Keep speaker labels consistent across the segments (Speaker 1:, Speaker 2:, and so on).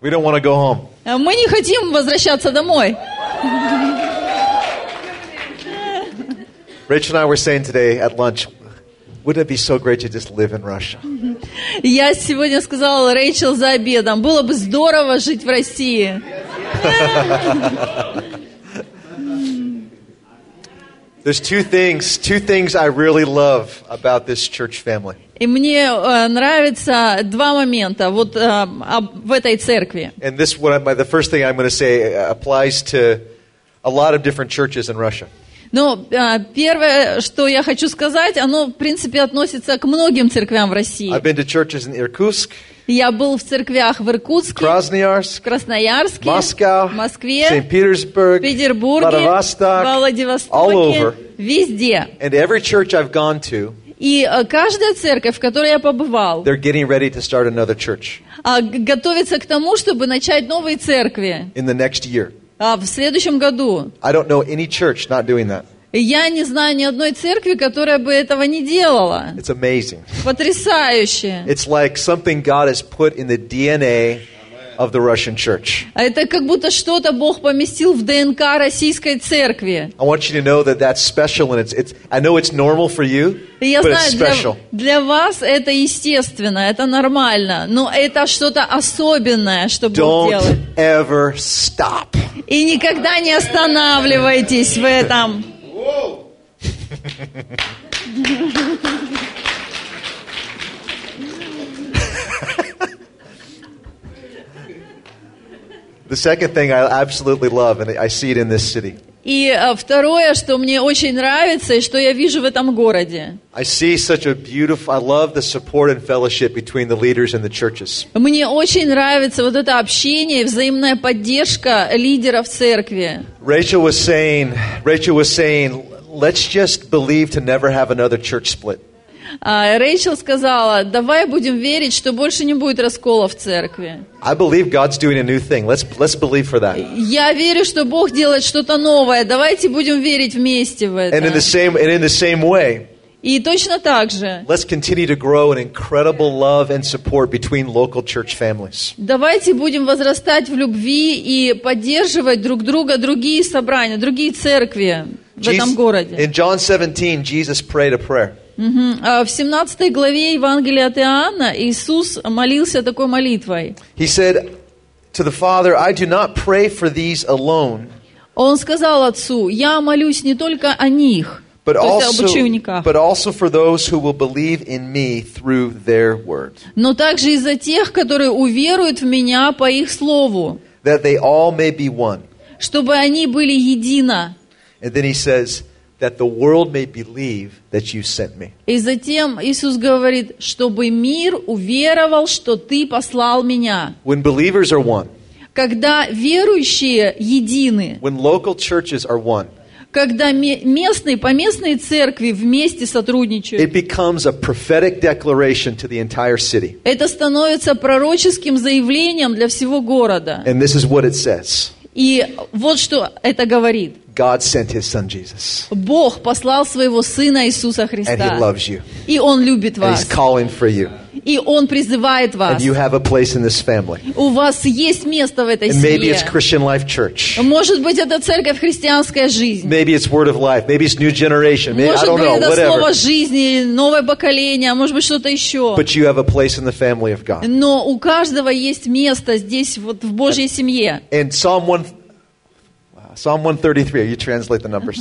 Speaker 1: We don't want to go home.
Speaker 2: Э, Мы не хотим возвращаться домой.
Speaker 1: Rachel and I were saying today at lunch, wouldn't it be so great to just live in Russia?
Speaker 2: Я сегодня сказала Рэйчел за обедом, было бы здорово жить в России.
Speaker 1: There's two things, two things I really love about this church family.
Speaker 2: И мне э, нравятся два момента вот э, об- в этой церкви.
Speaker 1: And this what I'm, the first thing I'm going to say uh, applies to a lot of different churches in Russia.
Speaker 2: Но э, первое, что я хочу сказать, оно, в принципе, относится к многим церквям в России.
Speaker 1: I've been to churches in Irkutsk,
Speaker 2: Я был в церквях в Иркутске, в
Speaker 1: Krasnoyarsk,
Speaker 2: Красноярске,
Speaker 1: Moscow,
Speaker 2: в Москве,
Speaker 1: St. Petersburg,
Speaker 2: в Петербурге,
Speaker 1: Vladivostok,
Speaker 2: в
Speaker 1: all
Speaker 2: Владивостоке,
Speaker 1: over.
Speaker 2: везде.
Speaker 1: And every church I've gone to,
Speaker 2: И э, каждая церковь, в которой я побывал,
Speaker 1: they're getting ready to start another church
Speaker 2: а, г- готовится к тому, чтобы начать новые церкви
Speaker 1: in the next year.
Speaker 2: а, в следующем году.
Speaker 1: I don't know any church not doing that.
Speaker 2: И Я не знаю ни одной церкви, которая бы этого не делала.
Speaker 1: It's amazing.
Speaker 2: Потрясающе.
Speaker 1: It's like something God has put in the DNA of the Russian church.
Speaker 2: А Это как будто что-то Бог поместил в ДНК российской церкви.
Speaker 1: I want you to know that that's special, and it's, it's I know it's normal for you,
Speaker 2: И я
Speaker 1: but it's
Speaker 2: знаю, для,
Speaker 1: special.
Speaker 2: для вас это естественно, это нормально, но это что-то особенное, что Бог делает.
Speaker 1: Don't ever stop.
Speaker 2: И никогда не останавливайтесь в этом.
Speaker 1: The second thing I absolutely love, and I see it in this city,
Speaker 2: И э, второе, что мне очень нравится и что я вижу в этом городе.
Speaker 1: I see such a beautiful. I love the support and fellowship between the leaders and the churches.
Speaker 2: Мне очень нравится вот это общение и взаимная поддержка лидеров церкви.
Speaker 1: Rachel was saying, Rachel was saying, let's just believe to never have another church split.
Speaker 2: А, Рэйчел сказала, давай будем верить, что больше не будет раскола в церкви.
Speaker 1: I believe God's doing a new thing. Let's let's believe for that.
Speaker 2: Я верю, что Бог делает что-то новое. Давайте будем верить вместе в
Speaker 1: And in the
Speaker 2: это.
Speaker 1: same and in the same way,
Speaker 2: И точно так же.
Speaker 1: let's continue to grow an incredible love and support between local church families.
Speaker 2: Давайте будем возрастать в любви и поддерживать друг друга другие собрания, другие церкви в этом
Speaker 1: Jesus-
Speaker 2: городе.
Speaker 1: in John 17, Jesus prayed a prayer.
Speaker 2: Мгм. А В 17 главе Евангелия от Иоанна Иисус молился такой молитвой.
Speaker 1: He said to the Father, I do not pray for these alone,
Speaker 2: Он сказал отцу, я молюсь не только о них,
Speaker 1: but
Speaker 2: то есть об
Speaker 1: also,
Speaker 2: учениках,
Speaker 1: but also for those who will believe in me through their word,
Speaker 2: но также и за тех, которые уверуют в Меня по их слову,
Speaker 1: that they all may be one.
Speaker 2: чтобы они были едино.
Speaker 1: And then he says, that the world may believe that you sent me.
Speaker 2: И затем Иисус говорит, чтобы мир уверовал, что Ты послал Меня.
Speaker 1: When believers are one,
Speaker 2: Когда верующие едины,
Speaker 1: when local churches are one,
Speaker 2: когда ме- местные, поместные церкви вместе сотрудничают,
Speaker 1: it becomes a prophetic declaration to the entire city.
Speaker 2: Это становится пророческим заявлением для всего города.
Speaker 1: And this is what it says
Speaker 2: И вот что это говорит.
Speaker 1: God sent his son Jesus,
Speaker 2: Бог послал своего Сына Иисуса
Speaker 1: and he
Speaker 2: Христа.
Speaker 1: loves you,
Speaker 2: И Он любит
Speaker 1: and he's
Speaker 2: вас.
Speaker 1: calling for you,
Speaker 2: И Он призывает
Speaker 1: and
Speaker 2: вас.
Speaker 1: you have a place in this family.
Speaker 2: У вас есть место в этой
Speaker 1: And maybe it's
Speaker 2: семье.
Speaker 1: Christian Life Church.
Speaker 2: Может быть, это церковь христианская жизнь.
Speaker 1: Maybe it's Word of Life. Maybe it's New Generation. Maybe, I
Speaker 2: Может
Speaker 1: don't
Speaker 2: быть,
Speaker 1: know,
Speaker 2: это
Speaker 1: whatever.
Speaker 2: слово жизни, новое поколение, может быть, что-то еще.
Speaker 1: But you have a place in the family of God.
Speaker 2: Но у каждого есть место здесь, вот в Божьей семье.
Speaker 1: And Psalm 1, wow, Psalm 133, you translate the numbers,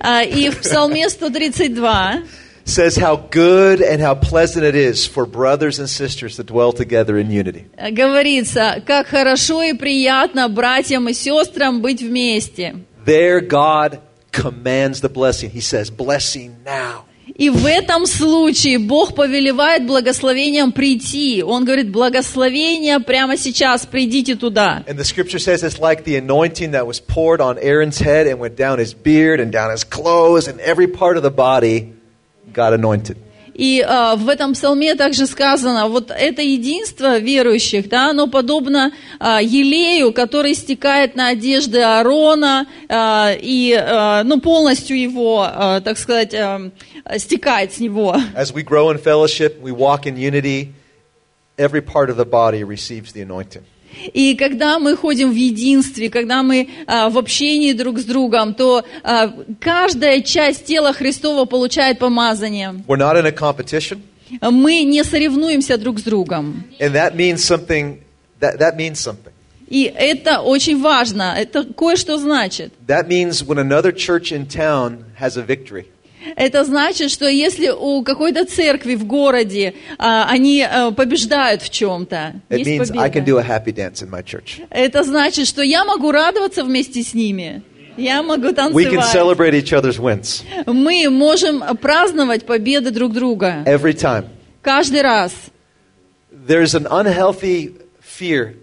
Speaker 2: А, И в Псалме 132
Speaker 1: says how good and how pleasant it is for brothers and sisters to dwell together in unity.
Speaker 2: Говорится, как хорошо и приятно братьям и сестрам быть вместе.
Speaker 1: There, God commands the blessing. He says, blessing now.
Speaker 2: И в этом случае Бог повелевает благословением прийти. Он говорит, благословение прямо сейчас, придите туда.
Speaker 1: And the scripture says it's like the anointing that was poured on Aaron's head and went down his beard and down his clothes, and every part of the body got anointed.
Speaker 2: И э, в этом псалме также сказано, вот это единство верующих, да, оно подобно э, елею, который стекает на одежды Аарона э, и, э, ну, полностью его, э, так сказать, э, стекает с него.
Speaker 1: As we grow in fellowship, we walk in unity, every part of the body receives the anointing.
Speaker 2: И когда мы ходим в единстве, когда мы а, в общении друг с другом, то а, каждая часть тела Христова получает помазание.
Speaker 1: We're not in a competition,
Speaker 2: Мы не соревнуемся друг с другом.
Speaker 1: and that means something. That, that means something.
Speaker 2: И это очень важно, это кое-что значит.
Speaker 1: That means when another church in town has a victory,
Speaker 2: Это значит, что если у какой-то церкви в городе а, они а, побеждают в чем-то,
Speaker 1: it
Speaker 2: есть
Speaker 1: means I
Speaker 2: победа.
Speaker 1: can do a happy dance in my church.
Speaker 2: это значит, что я могу радоваться вместе с ними, я могу
Speaker 1: We can
Speaker 2: танцевать.
Speaker 1: celebrate each other's wins
Speaker 2: Мы можем праздновать победы друг друга
Speaker 1: every time.
Speaker 2: каждый раз.
Speaker 1: There's an unhealthy fear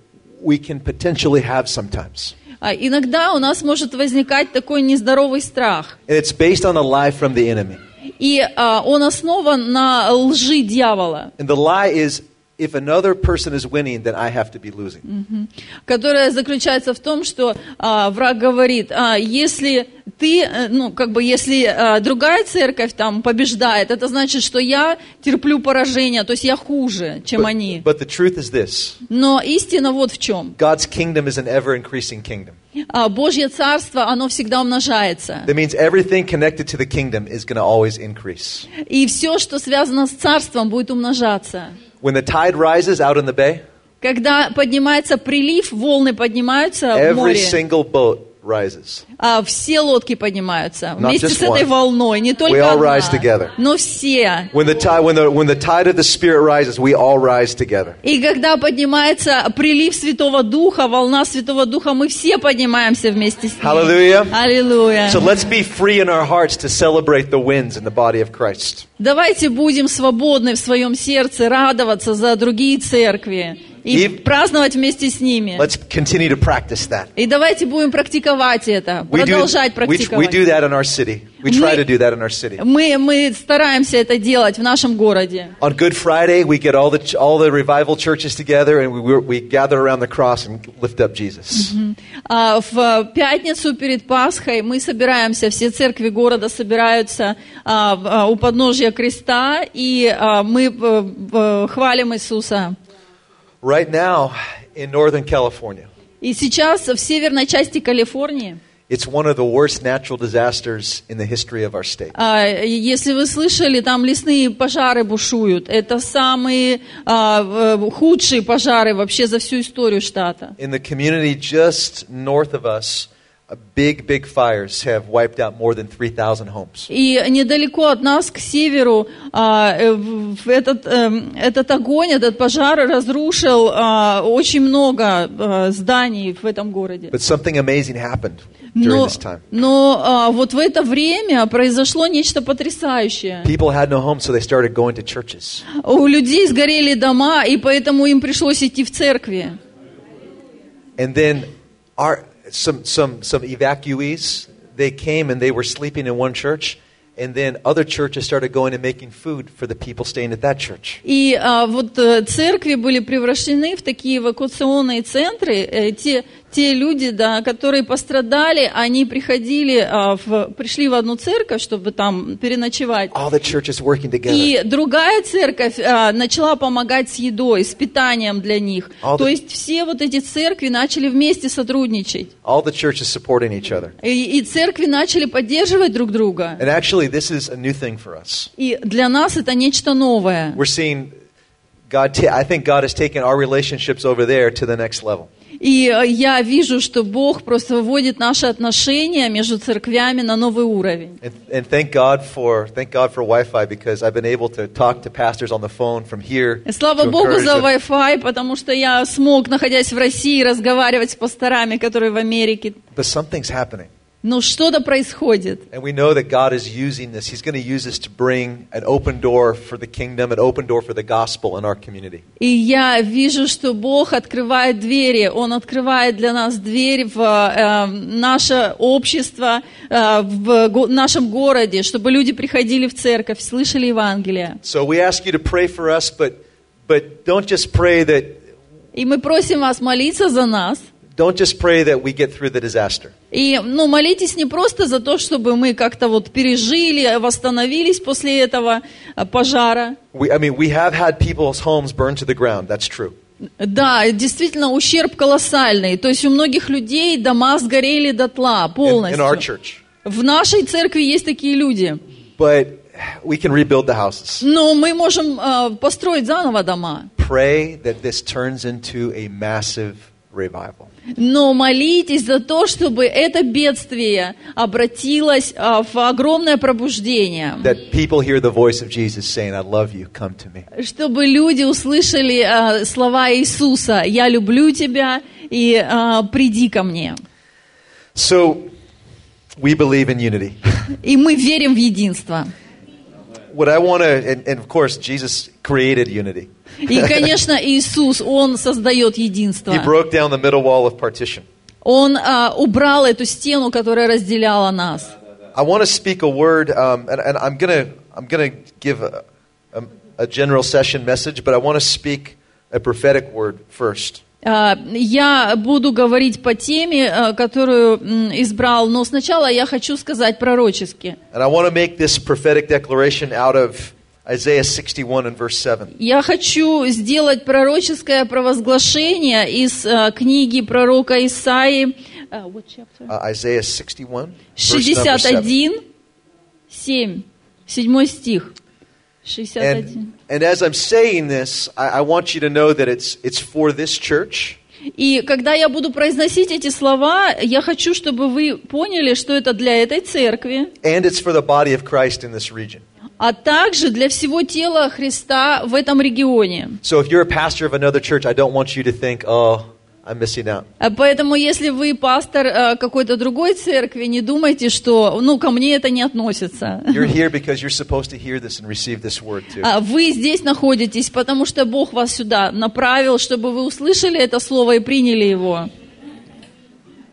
Speaker 1: we can potentially have sometimes.
Speaker 2: А Иногда у нас может возникать такой нездоровый страх,
Speaker 1: And it's based on a lie from the enemy.
Speaker 2: и а, он основан на лжи дьявола,
Speaker 1: And the lie is if another person is winning, then I have to be losing.
Speaker 2: которая заключается в том, что а, враг говорит, а, если ты, э, ну как бы, если а, другая церковь там побеждает, это значит, что я терплю поражение, то есть я хуже, чем они.
Speaker 1: But, but the truth is this
Speaker 2: Но истина вот в чем:
Speaker 1: God's kingdom is an ever increasing kingdom.
Speaker 2: А, Божье царство, оно всегда умножается.
Speaker 1: That means everything connected to the kingdom is going to always increase.
Speaker 2: И все, что связано с царством, будет умножаться.
Speaker 1: When the tide rises out in the bay,
Speaker 2: Когда поднимается прилив, волны поднимаются в
Speaker 1: every
Speaker 2: море,
Speaker 1: single boat rises.
Speaker 2: а все лодки поднимаются вместе
Speaker 1: just
Speaker 2: с этой
Speaker 1: one.
Speaker 2: волной, не только
Speaker 1: all
Speaker 2: одна,
Speaker 1: rise together.
Speaker 2: но все.
Speaker 1: When the, tide, when, the, when the tide of the Spirit rises, we all rise together.
Speaker 2: И когда поднимается прилив Святого Духа, волна Святого Духа, мы все поднимаемся вместе с ним.
Speaker 1: Hallelujah.
Speaker 2: Аллилуйя.
Speaker 1: So let's be free in our hearts to celebrate the wins in the body of Christ.
Speaker 2: Давайте будем свободны в своем сердце, радоваться за другие церкви и
Speaker 1: И-
Speaker 2: праздновать вместе с ними.
Speaker 1: Let's continue to practice that.
Speaker 2: И давайте будем практиковать это, продолжать
Speaker 1: we, we
Speaker 2: практиковать.
Speaker 1: do that in our city. We try to
Speaker 2: Мы-
Speaker 1: do that in our city.
Speaker 2: Мы, мы стараемся это делать в нашем городе.
Speaker 1: On Good Friday, we get all the, ch- all the revival churches together and we, we, we gather around the cross and lift up Jesus.
Speaker 2: Mm-hmm. А В пятницу перед Пасхой мы собираемся, все церкви города собираются а, в- а, у подножья креста, и а, мы э, э, хвалим Иисуса.
Speaker 1: Right now, in Northern California,
Speaker 2: И сейчас в северной части Калифорнии,
Speaker 1: it's one of the worst natural disasters in the history of our state.
Speaker 2: а, если вы слышали, там лесные пожары бушуют. Это самые а, в- худшие пожары вообще за всю историю штата.
Speaker 1: In the community just north of us, uh, big, big fires have wiped out more than 3,000 homes.
Speaker 2: И недалеко от нас, к северу, а, э, в- в этот, эм, этот огонь, этот пожар разрушил а, очень много а, зданий в этом городе.
Speaker 1: But something amazing happened during
Speaker 2: Но,
Speaker 1: this time.
Speaker 2: но, а, вот в это время произошло нечто потрясающее.
Speaker 1: People had no home, so they started going to churches.
Speaker 2: У людей сгорели дома, и поэтому им пришлось идти в церкви.
Speaker 1: And then our, some, some, some evacuees, they came and they were sleeping in one church. And then other churches started going and making food for the people staying at that church.
Speaker 2: И а, вот э, церкви были превращены в такие эвакуационные центры. Э, те, те люди, да, которые пострадали, они приходили, а, в, пришли в одну церковь, чтобы там переночевать.
Speaker 1: All the churches working together.
Speaker 2: И другая церковь а, начала помогать с едой, с питанием для них.
Speaker 1: А вот
Speaker 2: То
Speaker 1: это-
Speaker 2: есть все вот эти церкви начали вместе сотрудничать.
Speaker 1: All the churches supporting each other.
Speaker 2: И, и церкви начали поддерживать друг друга.
Speaker 1: And actually, this is a new thing for us.
Speaker 2: И для нас это нечто новое.
Speaker 1: We're seeing God, ta- I think God has taken our relationships over there to the next level.
Speaker 2: И э, я вижу, что Бог просто выводит наши отношения между церквями на новый уровень.
Speaker 1: And, and thank God for thank God for Wi-Fi because I've been able to talk to pastors on the phone from here.
Speaker 2: И Слава
Speaker 1: to
Speaker 2: Богу
Speaker 1: encourage
Speaker 2: за
Speaker 1: them.
Speaker 2: Wi-Fi, потому что я смог, находясь в России, разговаривать с пасторами, которые в Америке.
Speaker 1: But something's happening.
Speaker 2: Но что-то происходит.
Speaker 1: And we know that God is using this. He's going to use this to bring an open door for the kingdom, an open door for the gospel in our community.
Speaker 2: И я вижу, что Бог открывает двери. Он открывает для нас двери в э, наше общество, э, в го- нашем городе, чтобы люди приходили в церковь, слышали Евангелие.
Speaker 1: So we ask you to pray for us, but but don't just pray that
Speaker 2: И мы просим вас молиться за нас.
Speaker 1: don't just pray that we get through the disaster.
Speaker 2: И, ну, молитесь не просто за то, чтобы мы как-то вот пережили, восстановились после этого э, пожара.
Speaker 1: We, I mean, we have had people's homes burned to the ground. That's true.
Speaker 2: Да, действительно, ущерб колоссальный. То есть у многих людей дома сгорели дотла
Speaker 1: in, in
Speaker 2: полностью.
Speaker 1: our church.
Speaker 2: В нашей церкви есть такие люди.
Speaker 1: But we can rebuild the houses.
Speaker 2: Но мы можем э, построить заново дома.
Speaker 1: Pray that this turns into a massive revival.
Speaker 2: Но молитесь за то, чтобы это бедствие обратилось э, в огромное пробуждение.
Speaker 1: That people hear the voice of Jesus saying, I love you, come to me.
Speaker 2: Чтобы люди услышали э, слова Иисуса «Я люблю тебя» и э, «Приди ко мне».
Speaker 1: So we believe in unity.
Speaker 2: И мы верим в единство.
Speaker 1: What I want to, and, and of course, Jesus created unity.
Speaker 2: И, конечно, Иисус, Он создает единство.
Speaker 1: He broke down the middle wall of partition.
Speaker 2: Он а, убрал эту стену, которая разделяла нас.
Speaker 1: I want to speak a word, um, and, and I'm gonna I'm gonna give a, a, a general session message, but I want to speak a prophetic word first.
Speaker 2: А, Я буду говорить по теме, а, которую м, избрал, но сначала я хочу сказать пророчески.
Speaker 1: And I want to make this prophetic declaration out of Isaiah 61 and verse 7.
Speaker 2: Я хочу сделать пророческое провозглашение из а, книги пророка Исаии а, what chapter?
Speaker 1: Uh, Isaiah 61, verse number 7.
Speaker 2: 61, 7, 7 стих. 61.
Speaker 1: And, and as I'm saying this, I, I want you to know that it's, it's for this church,
Speaker 2: И когда я буду произносить эти слова, я хочу, чтобы вы поняли, что это для этой церкви,
Speaker 1: and it's for the body of Christ in this region.
Speaker 2: а также для всего тела Христа в этом регионе.
Speaker 1: So if you're a pastor of another church, I don't want you to think, oh, I'm missing out.
Speaker 2: А Поэтому, если вы пастор э, какой-то другой церкви, не думайте, что ну, ко мне это не относится.
Speaker 1: You're here because you're supposed to hear this and receive this word too.
Speaker 2: А Вы здесь находитесь, потому что Бог вас сюда направил, чтобы вы услышали это слово и приняли его.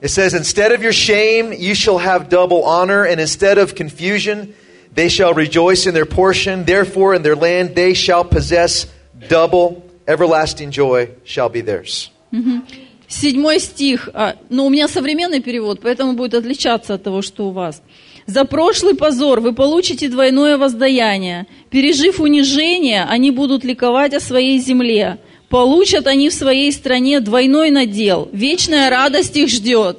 Speaker 1: It says, Instead of your shame, you shall have double honor, and instead of confusion, they shall rejoice in their portion. Therefore, in their land they shall possess double everlasting joy, shall be theirs.
Speaker 2: Седьмой стих. А, Но у меня современный перевод, поэтому будет отличаться от того, что у вас. «За прошлый позор вы получите двойное воздаяние. Пережив унижение, они будут ликовать о своей земле. Получат они в своей стране двойной надел. Вечная радость их ждет».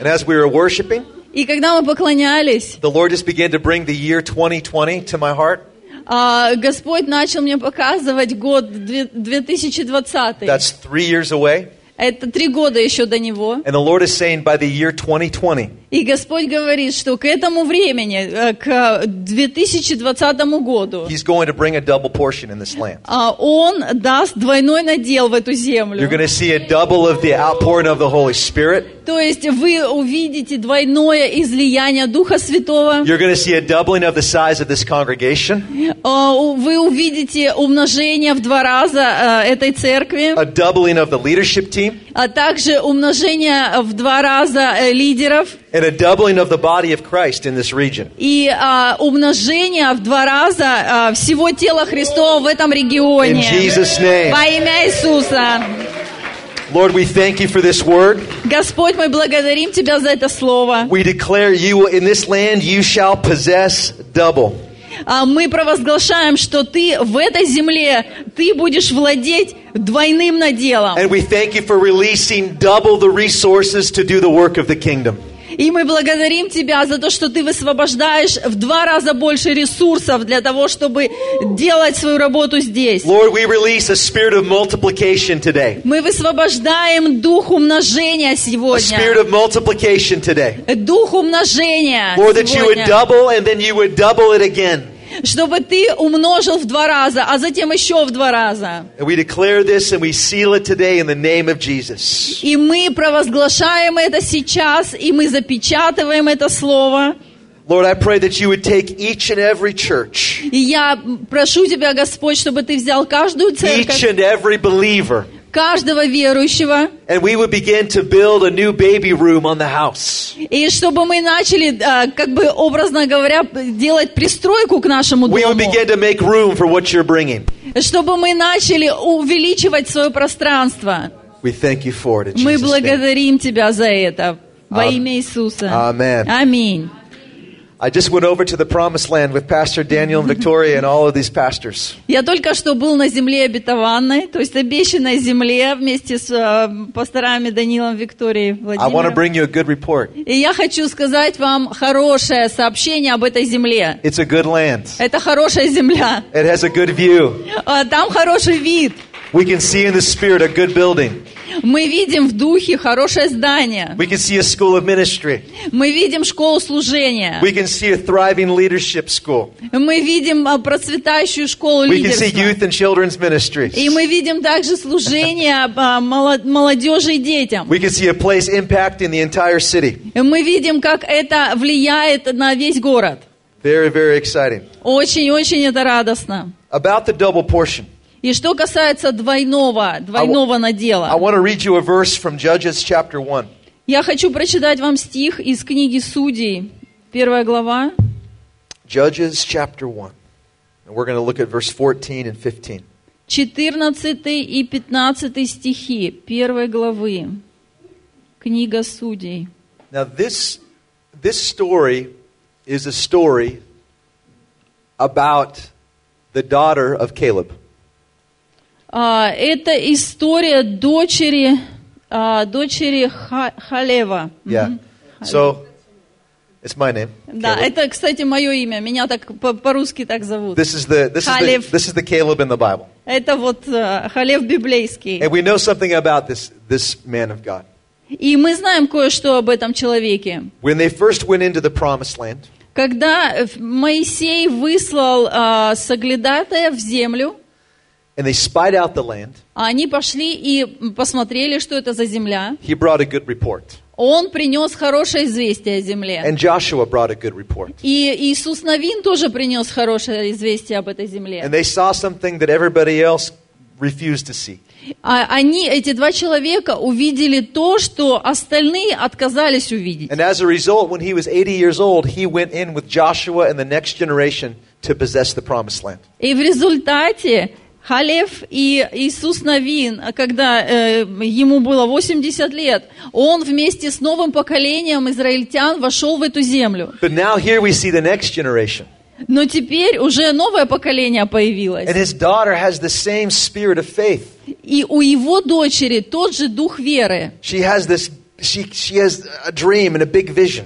Speaker 1: And as we were worshiping,
Speaker 2: И когда мы поклонялись,
Speaker 1: the Lord just began to bring the year 2020 to my heart.
Speaker 2: а, Господь начал мне показывать год две- 2020.
Speaker 1: That's three years away.
Speaker 2: Это три года еще до него.
Speaker 1: And the Lord is saying, By the year 2020,
Speaker 2: И Господь говорит, что к этому времени, э, к 2020 году,
Speaker 1: He's going to bring a double portion in this land.
Speaker 2: а, Он даст двойной надел в эту
Speaker 1: You're going
Speaker 2: землю.
Speaker 1: to see a double of the outpouring of the Holy Spirit.
Speaker 2: То есть вы увидите двойное излияние Духа Святого,
Speaker 1: You're going to see a doubling of the size of this congregation,
Speaker 2: а, у- вы увидите умножение в два раза э, этой церкви,
Speaker 1: a doubling of the leadership team,
Speaker 2: а также умножение в два раза э, лидеров
Speaker 1: and a doubling of the body of Christ in this region.
Speaker 2: и а, умножение в два раза а, всего тела Христова в этом
Speaker 1: In
Speaker 2: регионе.
Speaker 1: Jesus' name.
Speaker 2: Во имя Иисуса.
Speaker 1: Lord, we thank you for this word.
Speaker 2: Господь, мы благодарим Тебя за это слово.
Speaker 1: We declare you in this land you shall possess double.
Speaker 2: А Мы провозглашаем, что Ты в этой земле, Ты будешь владеть двойным наделом.
Speaker 1: And we thank you for releasing double the resources to do the work of the kingdom.
Speaker 2: И мы благодарим Тебя за то, что Ты высвобождаешь в два раза больше ресурсов для того, чтобы делать свою работу здесь.
Speaker 1: Lord, we release a spirit of multiplication today.
Speaker 2: Мы высвобождаем дух умножения
Speaker 1: A spirit
Speaker 2: сегодня.
Speaker 1: of multiplication today.
Speaker 2: Дух умножения
Speaker 1: Lord, that you would
Speaker 2: сегодня.
Speaker 1: double and then you would double it again.
Speaker 2: Чтобы Ты умножил в два раза, а затем еще в два раза.
Speaker 1: And we declare this and we seal it today in the name of Jesus.
Speaker 2: И мы провозглашаем это сейчас, и мы запечатываем это слово.
Speaker 1: Lord, I pray that you would take each and every church,
Speaker 2: И я прошу Тебя, Господь, чтобы Ты взял каждую
Speaker 1: each
Speaker 2: церковь,
Speaker 1: and every believer,
Speaker 2: каждого верующего,
Speaker 1: and we would begin to build a new baby room on the house.
Speaker 2: и чтобы мы начали, а, как бы образно говоря, делать пристройку к нашему
Speaker 1: We would
Speaker 2: дому,
Speaker 1: begin to make room for what you're bringing.
Speaker 2: чтобы мы начали увеличивать свое пространство.
Speaker 1: We thank you for it. In
Speaker 2: Мы
Speaker 1: Jesus name.
Speaker 2: благодарим Тебя за это. Во
Speaker 1: Ам-
Speaker 2: имя Иисуса.
Speaker 1: Амен.
Speaker 2: Аминь.
Speaker 1: I just went over to the promised land with Pastor Daniel and Victoria and all of these pastors.
Speaker 2: Я только что был на земле обетованной, то есть обещанной земле вместе с э, пасторами Данилом Викторией
Speaker 1: I want to
Speaker 2: Владимиром.
Speaker 1: bring you a good report.
Speaker 2: И я хочу сказать вам хорошее сообщение об этой земле.
Speaker 1: It's a good land.
Speaker 2: Это хорошая земля.
Speaker 1: It has a good view.
Speaker 2: А, Там хороший вид.
Speaker 1: We can see in the spirit a good building.
Speaker 2: Мы видим в духе хорошее здание.
Speaker 1: We can see a school of ministry.
Speaker 2: Мы видим школу служения.
Speaker 1: We can see a thriving leadership school.
Speaker 2: Мы видим а, процветающую школу
Speaker 1: We can see
Speaker 2: лидерства.
Speaker 1: youth and children's ministries.
Speaker 2: И мы видим также служение а, моло- молодежи и детям.
Speaker 1: We can see a place impacting the entire city.
Speaker 2: Мы видим, как это влияет на весь город.
Speaker 1: Very, very exciting.
Speaker 2: Очень-очень это радостно.
Speaker 1: About the double portion,
Speaker 2: И что касается двойного,
Speaker 1: А
Speaker 2: двойного
Speaker 1: I
Speaker 2: надела,
Speaker 1: want to read you a verse from Judges chapter 1.
Speaker 2: я хочу прочитать вам стих из книги Судей, первая глава,
Speaker 1: Judges chapter 1. And we're going to look at verse 14 and 15.
Speaker 2: 14 и 15 стихи первой главы, книга Судей.
Speaker 1: Now, this, this story is a story about the daughter of Caleb.
Speaker 2: А, Это история дочери, а, дочери Ха- Халева.
Speaker 1: Yeah. Mm-hmm. So, it's my name.
Speaker 2: Да,
Speaker 1: Caleb.
Speaker 2: это, кстати, мое имя. Меня так по- по-русски так зовут.
Speaker 1: This is the this is the,
Speaker 2: Caleb.
Speaker 1: this is the Caleb in the Bible,
Speaker 2: Это вот э, Халев библейский.
Speaker 1: and we know something about this this man of God.
Speaker 2: И мы знаем кое-что об этом человеке.
Speaker 1: When they first went into the Promised Land,
Speaker 2: Когда э, Моисей выслал э, соглядатая в землю,
Speaker 1: and they spied out the land,
Speaker 2: а они пошли и посмотрели, что это за земля.
Speaker 1: he brought a good report,
Speaker 2: Он принес хорошее известие о земле.
Speaker 1: and Joshua brought a good report,
Speaker 2: И Иисус Новин тоже принес хорошее известие об этой земле.
Speaker 1: and they saw something that everybody else refused to see.
Speaker 2: А они, эти два человека, увидели то, что остальные отказались увидеть.
Speaker 1: And as a result, when he was 80 years old, he went in with Joshua and the next generation to possess the Promised Land.
Speaker 2: И в результате Халев и Иисус Новин, а когда э, ему было 80 лет, он вместе с новым поколением израильтян вошел в эту землю.
Speaker 1: But now here we see the next generation,
Speaker 2: Но теперь уже новое поколение появилось.
Speaker 1: and his daughter has the same spirit of faith.
Speaker 2: И у его дочери тот же дух веры.
Speaker 1: She has this she she has a dream and a big vision.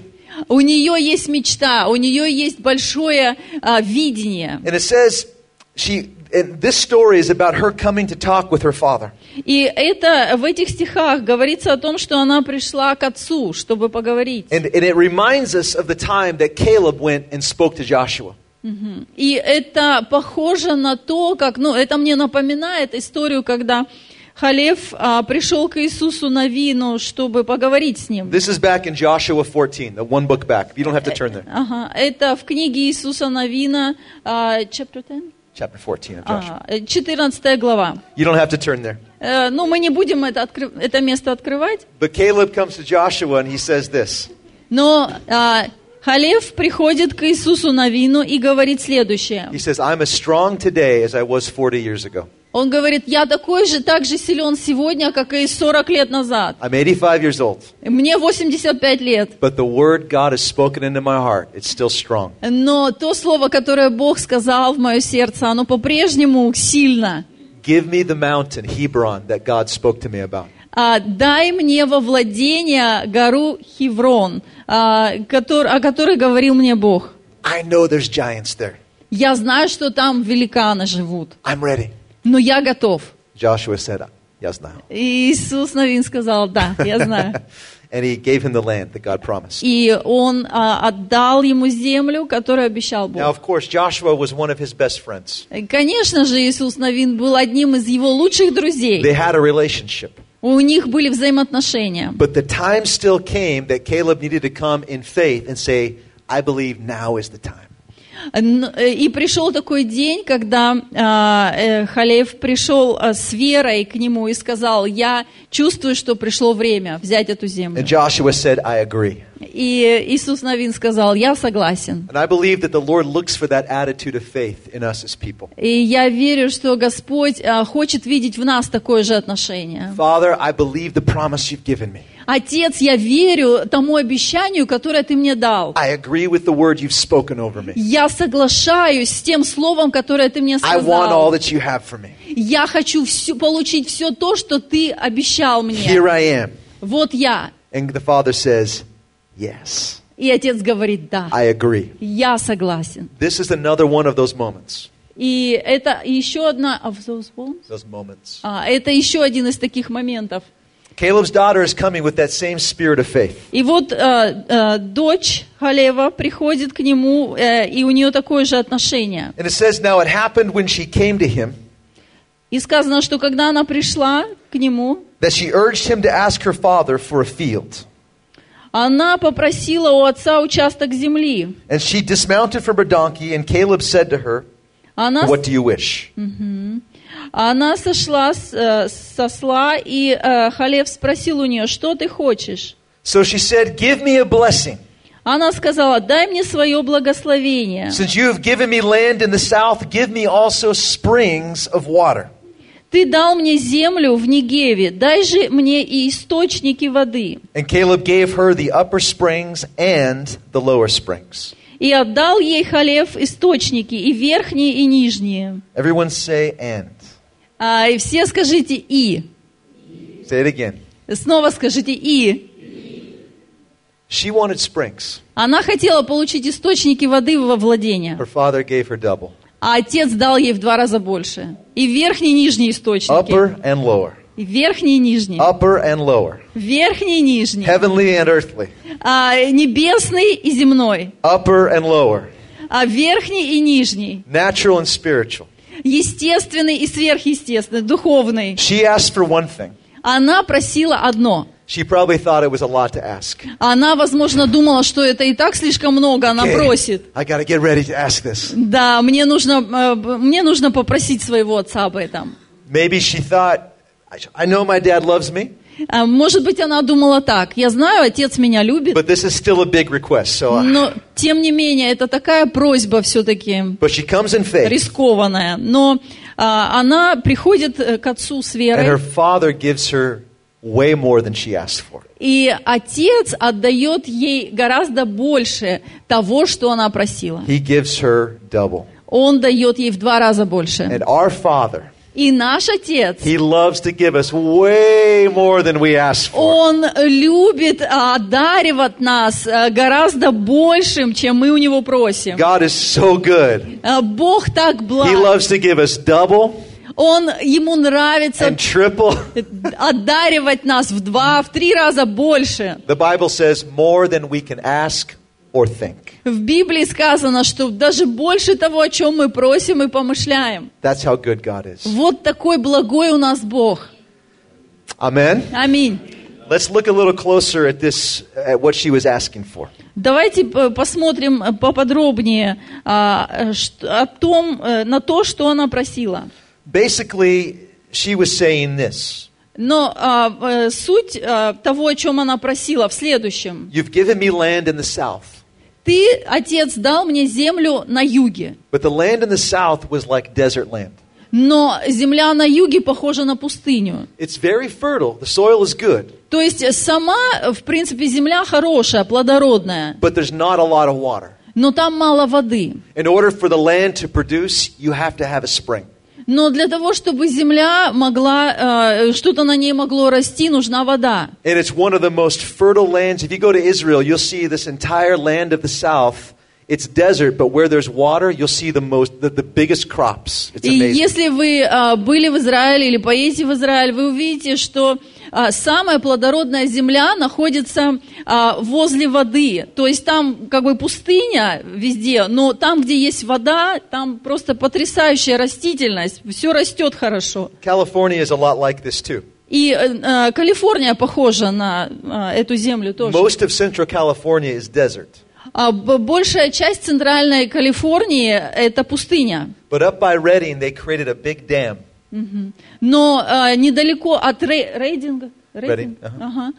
Speaker 2: У нее есть мечта, у нее есть большое а, видение.
Speaker 1: And it says she and this story is about her coming to talk with her father.
Speaker 2: И это в этих стихах говорится о том, что она пришла к отцу, чтобы поговорить.
Speaker 1: And and it reminds us of the time that Caleb went and spoke to Joshua.
Speaker 2: И это похоже на то, как, ну, это мне напоминает историю, когда Халев а, пришел к Иисусу на вину, чтобы поговорить с ним.
Speaker 1: This is back in Joshua 14, the one book back. You don't have to turn there.
Speaker 2: Ага, это в книге Иисуса Новина, а, chapter 10?
Speaker 1: Chapter 14 of Joshua.
Speaker 2: А, э, 14 глава.
Speaker 1: You don't have to turn there.
Speaker 2: Э, ну, мы не будем это, откры- это место открывать,
Speaker 1: But Caleb comes to Joshua and he says this.
Speaker 2: но а, Халев приходит к Иисусу Новину и говорит следующее.
Speaker 1: He says, "I'm as strong today as I was 40 years ago.
Speaker 2: Он говорит, я такой же, так же силен сегодня, как и 40 лет назад.
Speaker 1: I'm 85 years old,
Speaker 2: Мне 85 лет.
Speaker 1: but the word God has spoken into my heart, it's still strong."
Speaker 2: Но то слово, которое Бог сказал в мое сердце, оно по-прежнему сильно.
Speaker 1: Give me the mountain, Hebron, that God spoke to me about.
Speaker 2: А, дай мне во владение гору Хеврон, а, котор- о которой говорил мне Бог.
Speaker 1: I know there's giants there.
Speaker 2: Я знаю, что там великаны живут,
Speaker 1: I'm ready.
Speaker 2: но я готов.
Speaker 1: Joshua said, Yes, now.
Speaker 2: И Иисус Новин сказал, да, я знаю.
Speaker 1: and he gave him the land that God promised.
Speaker 2: И он а, отдал ему землю, которую обещал
Speaker 1: Now,
Speaker 2: Бог.
Speaker 1: of course, Joshua was one of his best friends.
Speaker 2: Конечно же, Иисус Новин был одним из его лучших
Speaker 1: They
Speaker 2: друзей.
Speaker 1: had a relationship.
Speaker 2: У них были взаимоотношения.
Speaker 1: But the time still came that Caleb needed to come in faith and say, I believe now is the time.
Speaker 2: Н- э, И пришел такой день, когда а, э, Халеев пришел а, с верой к нему и сказал, я чувствую, что пришло время взять эту землю.
Speaker 1: And Joshua said, I agree.
Speaker 2: И Иисус Новин сказал, я согласен.
Speaker 1: And I believe that the Lord looks for that attitude of faith in us as people.
Speaker 2: И я верю, что Господь а, хочет видеть в нас такое же отношение.
Speaker 1: Father, I believe the promise you've given me.
Speaker 2: Отец, я верю тому обещанию, которое ты мне дал.
Speaker 1: I agree with the word you've spoken over me.
Speaker 2: Я соглашаюсь с тем словом, которое ты мне
Speaker 1: I want all
Speaker 2: сказал.
Speaker 1: that you have for me.
Speaker 2: Я хочу всю, получить все то, что ты обещал мне.
Speaker 1: Here I am.
Speaker 2: Вот я.
Speaker 1: And the Father says, Yes,
Speaker 2: И отец говорит, да,
Speaker 1: I agree.
Speaker 2: я согласен.
Speaker 1: This is another one of those moments.
Speaker 2: И это еще одна... of those ones?
Speaker 1: Those moments.
Speaker 2: А, это еще один из таких моментов.
Speaker 1: Caleb's daughter is coming with that same spirit of faith.
Speaker 2: И вот э, э, дочь Халева приходит к нему, э, и у нее такое же отношение.
Speaker 1: And it says, Now it happened when she came to him
Speaker 2: И сказано, что когда она пришла к нему,
Speaker 1: that she urged him to ask her father for a field.
Speaker 2: она попросила у отца участок земли.
Speaker 1: And she dismounted from her donkey, and Caleb said to her,
Speaker 2: Она,
Speaker 1: What do you wish?
Speaker 2: она сошла с, э, со сосла, и э, Халев спросил у нее, что ты хочешь?
Speaker 1: So she said, Give me a blessing.
Speaker 2: Она сказала, дай мне свое благословение.
Speaker 1: Since you have given me land in the south, give me also springs of water.
Speaker 2: Ты дал мне землю в Негеве, дай же мне и источники воды.
Speaker 1: And Caleb gave her the upper springs and the lower springs.
Speaker 2: И отдал ей Халев источники, и верхние, и нижние.
Speaker 1: Everyone say and.
Speaker 2: А, и все скажите «и».
Speaker 1: Say it again.
Speaker 2: Снова скажите «и».
Speaker 1: She wanted springs.
Speaker 2: Она хотела получить источники воды во владение,
Speaker 1: Her father gave her double
Speaker 2: а отец дал ей в два раза больше. И верхний, и нижний источники.
Speaker 1: upper and lower,
Speaker 2: И верхний, и нижний.
Speaker 1: upper and lower,
Speaker 2: Верхний, и нижний.
Speaker 1: heavenly and earthly,
Speaker 2: А, небесный и земной.
Speaker 1: upper and lower,
Speaker 2: А верхний и нижний.
Speaker 1: natural and spiritual.
Speaker 2: Естественный и сверхъестественный, духовный.
Speaker 1: She asked for one thing.
Speaker 2: Она просила одно.
Speaker 1: She probably thought it was a lot to ask.
Speaker 2: Она, возможно, думала, что это и так слишком много, она
Speaker 1: Okay,
Speaker 2: просит.
Speaker 1: I got to get ready to ask this.
Speaker 2: Да, мне нужно, э, б- мне нужно попросить своего отца об этом.
Speaker 1: Maybe she thought, I- I know my dad loves me,
Speaker 2: А, Может быть, она думала так. Я знаю, отец меня любит,
Speaker 1: but this is still a big request. So, uh,
Speaker 2: но тем не менее, это такая просьба все-таки
Speaker 1: but she comes in faith,
Speaker 2: рискованная. Но а, она приходит э, к отцу с
Speaker 1: and her
Speaker 2: верой,
Speaker 1: father gives her way more than she asked for.
Speaker 2: и отец отдает ей гораздо больше того, что она просила.
Speaker 1: He gives her double.
Speaker 2: Он дает ей в два раза больше.
Speaker 1: And our father,
Speaker 2: И наш отец
Speaker 1: he loves to give us way more than we ask for.
Speaker 2: Он любит а, одаривать нас а, гораздо большим, чем мы у него просим.
Speaker 1: God is so good.
Speaker 2: А, Бог так
Speaker 1: He
Speaker 2: благ.
Speaker 1: loves to give us double
Speaker 2: Он, ему нравится
Speaker 1: and triple.
Speaker 2: одаривать нас в два, в три раза больше.
Speaker 1: The Bible says more than we can ask or think.
Speaker 2: В Библии сказано, что даже больше того, о чем мы просим и помышляем.
Speaker 1: That's how good God is.
Speaker 2: Вот такой благой у нас Бог.
Speaker 1: Amen.
Speaker 2: Аминь.
Speaker 1: Let's look a little closer at this at what she was asking for.
Speaker 2: Давайте э, посмотрим э, поподробнее а, э, ш- о том, э, на то, что она просила.
Speaker 1: Basically, she was saying this.
Speaker 2: Но а, э, суть а, того, о чем она просила, в следующем.
Speaker 1: You've given me land in the south.
Speaker 2: Ты, отец, дал мне землю на юге,
Speaker 1: But the land in the south was like desert land.
Speaker 2: но земля на юге похожа на пустыню.
Speaker 1: It's very fertile. The soil is good,
Speaker 2: То есть э, сама, э, в принципе, земля хорошая, плодородная,
Speaker 1: but there's not a lot of water.
Speaker 2: но там мало воды.
Speaker 1: In order for the land to produce, you have to have a spring.
Speaker 2: Но для того, чтобы земля могла, э, что-то на ней могло расти, нужна вода.
Speaker 1: And it's one of the most fertile lands. If you go to Israel, you'll see this entire land of the south. It's desert, but where there's water, you'll see the most the, the biggest crops. It's
Speaker 2: И
Speaker 1: amazing.
Speaker 2: если вы а, были в Израиле или поедете в Израиль, вы увидите, что а, самая плодородная земля находится а, возле воды. То есть там как бы пустыня везде, но там, где есть вода, там просто потрясающая растительность, все растет хорошо.
Speaker 1: California is a lot like this too.
Speaker 2: И э, э, Калифорния похожа на э, эту землю тоже.
Speaker 1: Most of Central California is desert.
Speaker 2: А, б- Большая часть Центральной Калифорнии – это пустыня.
Speaker 1: But up by Redding, they created a big dam.
Speaker 2: Но а, недалеко от Рей- Рейдинга, Рейдинг?
Speaker 1: Рейдинг, ага.
Speaker 2: Ага.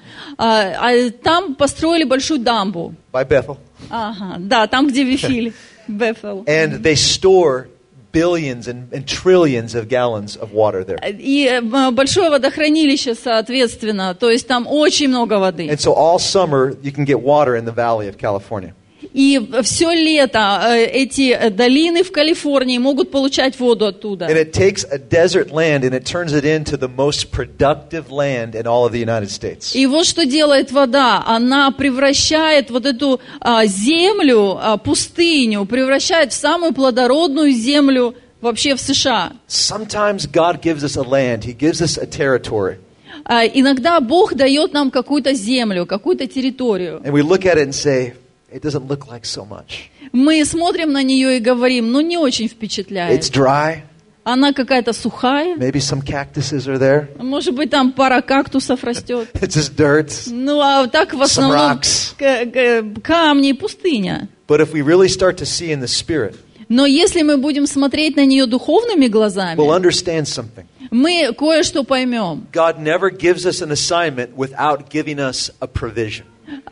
Speaker 2: А, а, там построили большую дамбу.
Speaker 1: by Bethel.
Speaker 2: Ага, да, там, где Вифиль, Бефел.
Speaker 1: And they store billions and, and trillions of gallons of water there.
Speaker 2: И э, б- большое водохранилище, соответственно, то есть там очень много воды.
Speaker 1: And so all summer, you can get water in the Valley of California.
Speaker 2: И все лето э, эти э, долины в Калифорнии могут получать воду оттуда.
Speaker 1: And it takes a desert land and it turns it into the most productive land in all of the United States.
Speaker 2: И вот что делает вода, она превращает вот эту а, землю, а, пустыню, превращает в самую плодородную землю вообще в США.
Speaker 1: Sometimes God gives us a land, He gives us a territory.
Speaker 2: А, иногда Бог дает нам какую-то землю, какую-то территорию.
Speaker 1: And we look at it and say, it doesn't look like so much.
Speaker 2: Мы смотрим на нее и говорим, ну не очень
Speaker 1: It's
Speaker 2: впечатляет.
Speaker 1: dry.
Speaker 2: Она какая-то сухая,
Speaker 1: Maybe some cactuses are there.
Speaker 2: может быть там пара кактусов растет.
Speaker 1: It's just dirt.
Speaker 2: Ну а так в основном
Speaker 1: rocks.
Speaker 2: к- к- камни и пустыня.
Speaker 1: But if we really start to see in the Spirit,
Speaker 2: Но если мы будем смотреть на нее духовными глазами,
Speaker 1: we'll understand something.
Speaker 2: мы кое-что поймем.
Speaker 1: God never gives us an assignment without giving us a provision.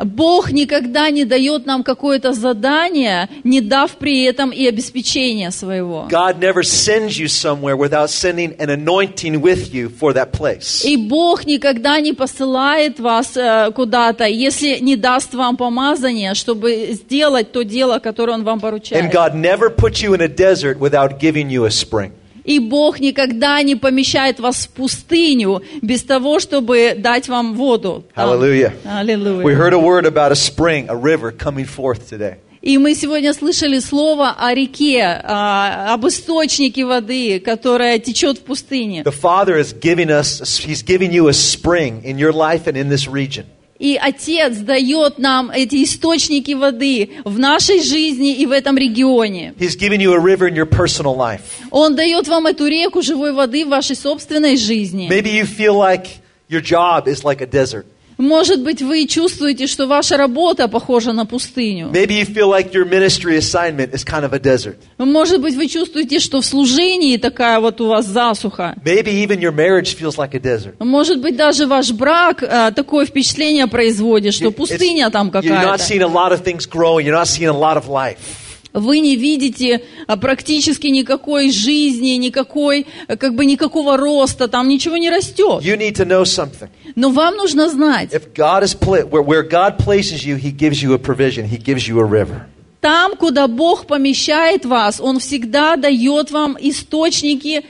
Speaker 2: Бог никогда не дает нам какое-то задание, не дав при этом и обеспечения своего.
Speaker 1: God never sends you somewhere without sending an anointing with you for that place.
Speaker 2: И Бог никогда не посылает вас э, куда-то, если не даст вам помазание, чтобы сделать то дело, которое Он вам
Speaker 1: And
Speaker 2: поручает.
Speaker 1: God never puts you in a desert without giving you a spring.
Speaker 2: И Бог никогда не помещает вас в пустыню без того, чтобы дать вам воду. там.
Speaker 1: Hallelujah.
Speaker 2: Аллилуйя.
Speaker 1: We heard a word about a spring, a river coming forth today.
Speaker 2: И мы сегодня слышали слово о реке, а, об источнике воды, которая течет в пустыне.
Speaker 1: The Father is giving us, He's giving you a spring in your life and in this region.
Speaker 2: И Отец дает нам эти источники воды в нашей жизни и в этом регионе.
Speaker 1: He's giving you a river in your personal life.
Speaker 2: Он дает вам эту реку живой воды в вашей собственной жизни.
Speaker 1: Maybe you feel like your job is like a desert.
Speaker 2: Может быть, вы чувствуете, что ваша работа pохожа на пустыню.
Speaker 1: Maybe you feel like your ministry assignment is kind of a desert.
Speaker 2: Может быть, вы чувствуете, что в служении такая вот у вас засуха.
Speaker 1: Maybe even your marriage feels like a desert.
Speaker 2: Может быть, даже ваш брак а, такое впечатление производит, что
Speaker 1: It's-
Speaker 2: пустыня там
Speaker 1: You're not
Speaker 2: какая-то.
Speaker 1: seeing a lot of things growing. You're not seeing a lot of life.
Speaker 2: Вы не видите а, практически никакой жизни, никакой, э, как бы никакого роста, там ничего не растет.
Speaker 1: You need to know something.
Speaker 2: Но вам нужно знать,
Speaker 1: If God is pla- where, where God places you, He gives you a provision. He gives you a river.
Speaker 2: там, куда Бог помещает вас, Он всегда дает вам источники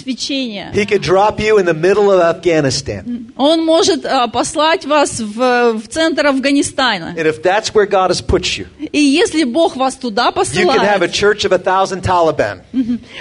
Speaker 2: обеспечения.
Speaker 1: He could drop you in the middle of Afghanistan,
Speaker 2: Он может а, послать вас в, в центр Афганистана.
Speaker 1: and if that's where God has put you,
Speaker 2: И если Бог вас туда
Speaker 1: Э- you can have a Mm.
Speaker 2: посылает,
Speaker 1: church of a thousand Taliban.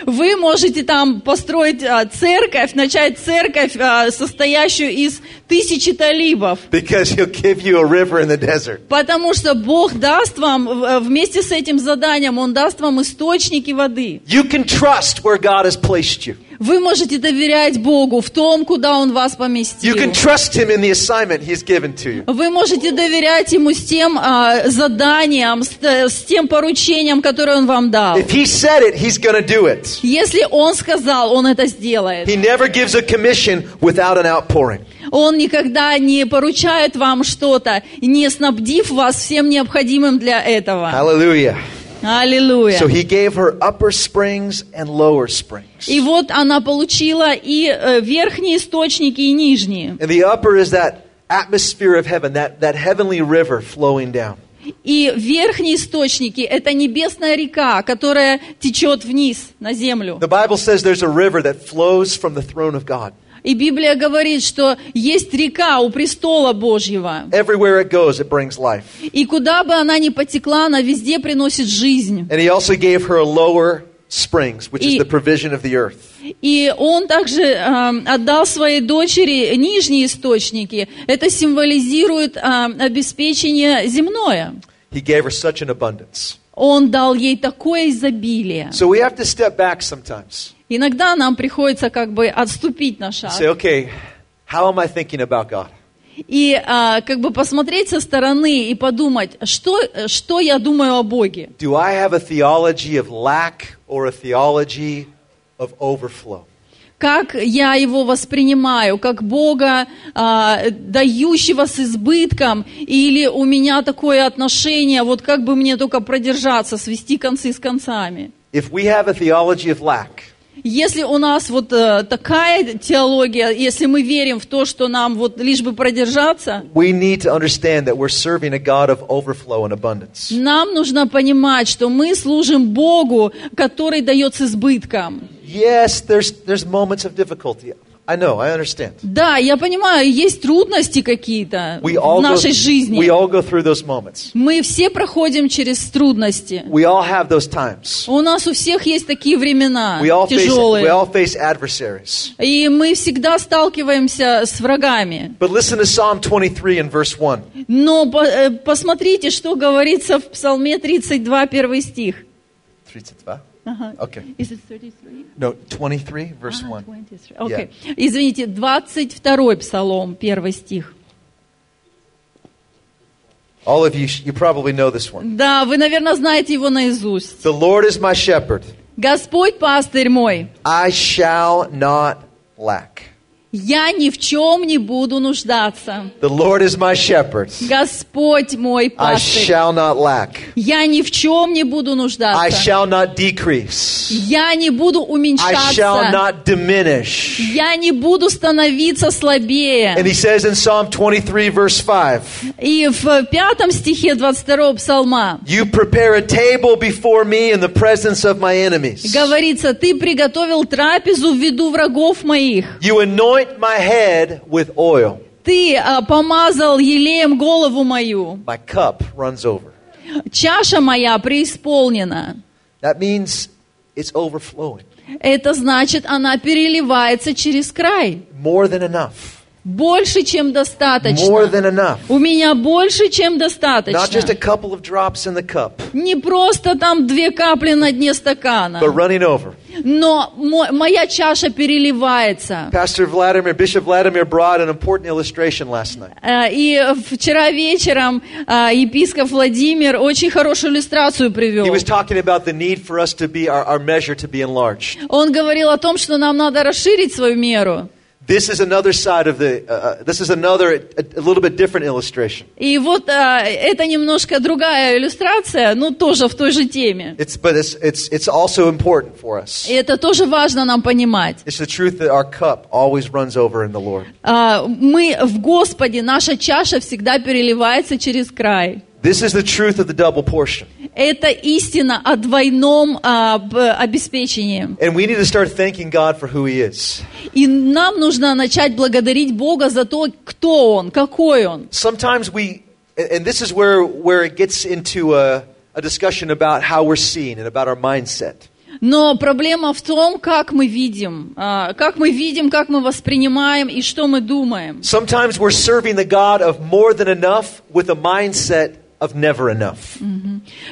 Speaker 2: вы можете там построить а, церковь, начать церковь, а, состоящую из тысячи талибов.
Speaker 1: Because he'll give you a river in the desert.
Speaker 2: Потому что Бог даст вам, э, вместе с этим заданием, Он даст вам источники воды.
Speaker 1: You can trust where God has placed you.
Speaker 2: Вы можете доверять Богу в том, куда Он вас
Speaker 1: You
Speaker 2: поместил.
Speaker 1: can trust him in the assignment he's given to you.
Speaker 2: Вы можете доверять Ему с тем а, заданием, с, т- с тем поручением, которое Он вам дал.
Speaker 1: If he said it, he's going to do it.
Speaker 2: Если Он сказал, Он это сделает.
Speaker 1: He never gives a commission without an outpouring.
Speaker 2: Он никогда не поручает вам что-то, не снабдив вас всем необходимым для
Speaker 1: Ah.
Speaker 2: этого.
Speaker 1: Hallelujah.
Speaker 2: Аллилуйя.
Speaker 1: So he gave her upper springs and lower springs.
Speaker 2: И вот она получила и э, верхние источники, и нижние.
Speaker 1: And the upper is that atmosphere of heaven, that, that heavenly river flowing down.
Speaker 2: И верхние источники – это небесная река, которая течет вниз на землю.
Speaker 1: The Bible says there's a river that flows from the throne of God.
Speaker 2: И Библия говорит, что есть река у престола Божьего.
Speaker 1: Everywhere it goes, it brings life.
Speaker 2: И куда бы она ни потекла, она везде приносит жизнь.
Speaker 1: And he also gave her a lower springs, which is the provision of the earth.
Speaker 2: И он также эм, отдал своей дочери нижние источники. Это символизирует эм, обеспечение земное.
Speaker 1: He gave her such an abundance.
Speaker 2: Он дал ей такое изобилие.
Speaker 1: So we have to step back sometimes
Speaker 2: Иногда нам приходится как бы отступить на
Speaker 1: and say,
Speaker 2: шаг
Speaker 1: okay, how am I thinking about God?
Speaker 2: и а, как бы посмотреть со стороны и подумать, что, что я думаю о Боге.
Speaker 1: Do I have a theology of lack or a theology of overflow?
Speaker 2: Как я его воспринимаю, как Бога, а, дающего с избытком, или у меня такое отношение, вот как бы мне только продержаться, свести концы с концами.
Speaker 1: If we have a theology of lack,
Speaker 2: Если у нас вот э, такая теология, если мы верим в то, что нам вот лишь бы продержаться,
Speaker 1: we need to understand that we're serving a God of overflow and abundance.
Speaker 2: нам нужно понимать, что мы служим Богу, который дает с избытком.
Speaker 1: Yes, there's, there's moments of difficulty. I know, I understand.
Speaker 2: Да, я понимаю, есть трудности какие-то
Speaker 1: We
Speaker 2: в
Speaker 1: all, go,
Speaker 2: нашей жизни.
Speaker 1: we all go through those moments.
Speaker 2: Мы все проходим через трудности.
Speaker 1: We all have those times.
Speaker 2: У нас у всех есть такие времена
Speaker 1: We all, face,
Speaker 2: тяжелые.
Speaker 1: we all face adversaries.
Speaker 2: И мы всегда сталкиваемся с врагами.
Speaker 1: But listen to Psalm 23 and verse 1.
Speaker 2: Но по- э, посмотрите, что говорится в Псалме 32, первый стих.
Speaker 1: 32?
Speaker 2: Ага.
Speaker 1: Okay.
Speaker 2: Is it 33?
Speaker 1: No, 23, verse
Speaker 2: Ah,
Speaker 1: 1.
Speaker 2: 23. Okay. Извините, 22 Псалом, первый стих.
Speaker 1: All of you, sh- you probably know this one.
Speaker 2: Да, вы, наверное, знаете его наизусть.
Speaker 1: The Lord is my shepherd.
Speaker 2: «Господь, пастырь мой,
Speaker 1: I shall not lack.
Speaker 2: я ни в чем не буду нуждаться.
Speaker 1: The Lord is my shepherd.
Speaker 2: Господь мой
Speaker 1: I
Speaker 2: пастырь,
Speaker 1: shall not lack.
Speaker 2: я ни в чем не буду
Speaker 1: I
Speaker 2: нуждаться.
Speaker 1: shall not decrease.
Speaker 2: Я не буду
Speaker 1: I shall
Speaker 2: уменьшаться.
Speaker 1: not diminish.
Speaker 2: Я не буду становиться
Speaker 1: And
Speaker 2: слабее.
Speaker 1: he says in Psalm 23, verse 5,
Speaker 2: И в пятом стихе 22 псалма
Speaker 1: You prepare a table before me in the presence of my enemies.
Speaker 2: говорится, «Ты приготовил трапезу в виду врагов моих».
Speaker 1: You anoint my head with oil.
Speaker 2: Ты а, помазал елеем голову мою.
Speaker 1: My cup runs over.
Speaker 2: Чаша моя преисполнена.
Speaker 1: That means it's overflowing.
Speaker 2: Это значит, она переливается через край.
Speaker 1: More than enough.
Speaker 2: Больше, чем
Speaker 1: More
Speaker 2: достаточно.
Speaker 1: than enough.
Speaker 2: У меня больше, чем достаточно.
Speaker 1: Not just a couple of drops in the cup,
Speaker 2: Не просто там две капли на дне стакана,
Speaker 1: but running over.
Speaker 2: но мо- моя чаша переливается.
Speaker 1: Pastor Vladimir, Bishop Vladimir brought an important illustration last night.
Speaker 2: Э, И вчера вечером э, епископ Владимир очень хорошую иллюстрацию
Speaker 1: He
Speaker 2: привел.
Speaker 1: was talking about the need for us to be, our, our measure to be enlarged.
Speaker 2: Он говорил о том, что нам надо расширить свою меру.
Speaker 1: This is another side of the, uh, uh, this is another, a, a little bit different illustration.
Speaker 2: И вот а, это немножко другая иллюстрация, но тоже в той же теме.
Speaker 1: It's, but it's, it's, it's also important for us.
Speaker 2: И это тоже важно нам понимать.
Speaker 1: It's the truth that our cup always runs over in the Lord.
Speaker 2: А, мы в Господе, наша чаша всегда переливается через край.
Speaker 1: This is the truth of the double portion.
Speaker 2: Это истина о двойном а, б- обеспечении.
Speaker 1: And we need to start thanking God for who He is.
Speaker 2: И нам нужно начать благодарить Бога за то, кто Он, какой Он.
Speaker 1: Sometimes we, and and this is where, where it gets into a, a discussion about how we're seeing and about our mindset.
Speaker 2: Но проблема в том, как мы видим, а, как мы видим, как мы воспринимаем и что мы думаем.
Speaker 1: Sometimes we're serving the God of more than enough with a mindset of never enough.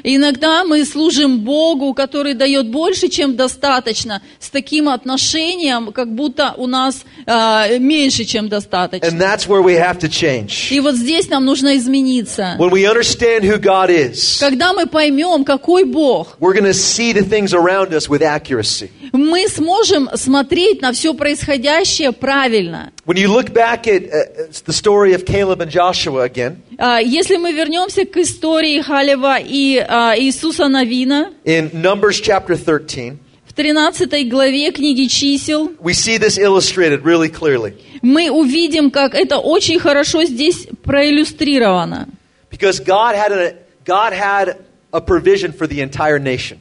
Speaker 2: Иногда мы служим Богу, который дает больше, чем достаточно, с таким отношением, как будто у нас э, меньше, чем достаточно.
Speaker 1: And that's where we have to change.
Speaker 2: И вот здесь нам нужно измениться.
Speaker 1: When we understand who God is,
Speaker 2: Когда мы поймем, какой Бог,
Speaker 1: we're going to see the things around us with accuracy.
Speaker 2: мы сможем смотреть на все происходящее правильно.
Speaker 1: When you look back at uh, it's the story of Caleb and Joshua again,
Speaker 2: А, Если мы вернемся к истории Халева и а, Иисуса Навина,
Speaker 1: in Numbers chapter 13,
Speaker 2: в 13 главе книги чисел,
Speaker 1: we see this illustrated really clearly.
Speaker 2: мы увидим, как это очень хорошо здесь проиллюстрировано.
Speaker 1: Because God had a, God had a provision for the entire nation.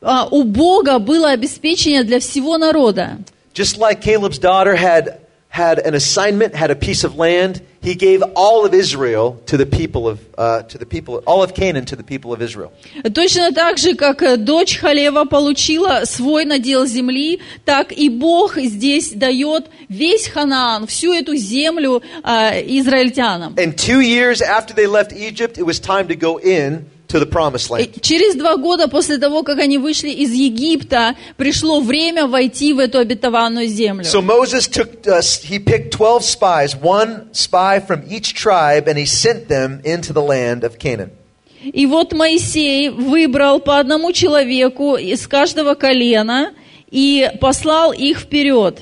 Speaker 2: А, у Бога было обеспечение для всего народа.
Speaker 1: Just like Caleb's daughter had had an assignment, had a piece of land, he gave all of Israel to the people of uh, to the people all of Canaan to the people of Israel.
Speaker 2: Точно так же, как э, дочь Халева получила свой надел земли, так и Бог здесь дает весь Ханаан, всю эту землю а, израильтянам.
Speaker 1: And two years after they left Egypt, it was time to go in to to the promised
Speaker 2: И
Speaker 1: land.
Speaker 2: Через два года после того, как они вышли из Египта, пришло время войти в эту обетованную землю.
Speaker 1: So Moses took, uh, he picked 12 spies, one spy from each tribe, and he sent them into the land of Canaan.
Speaker 2: И вот Моисей выбрал по одному человеку из каждого колена и послал их вперед,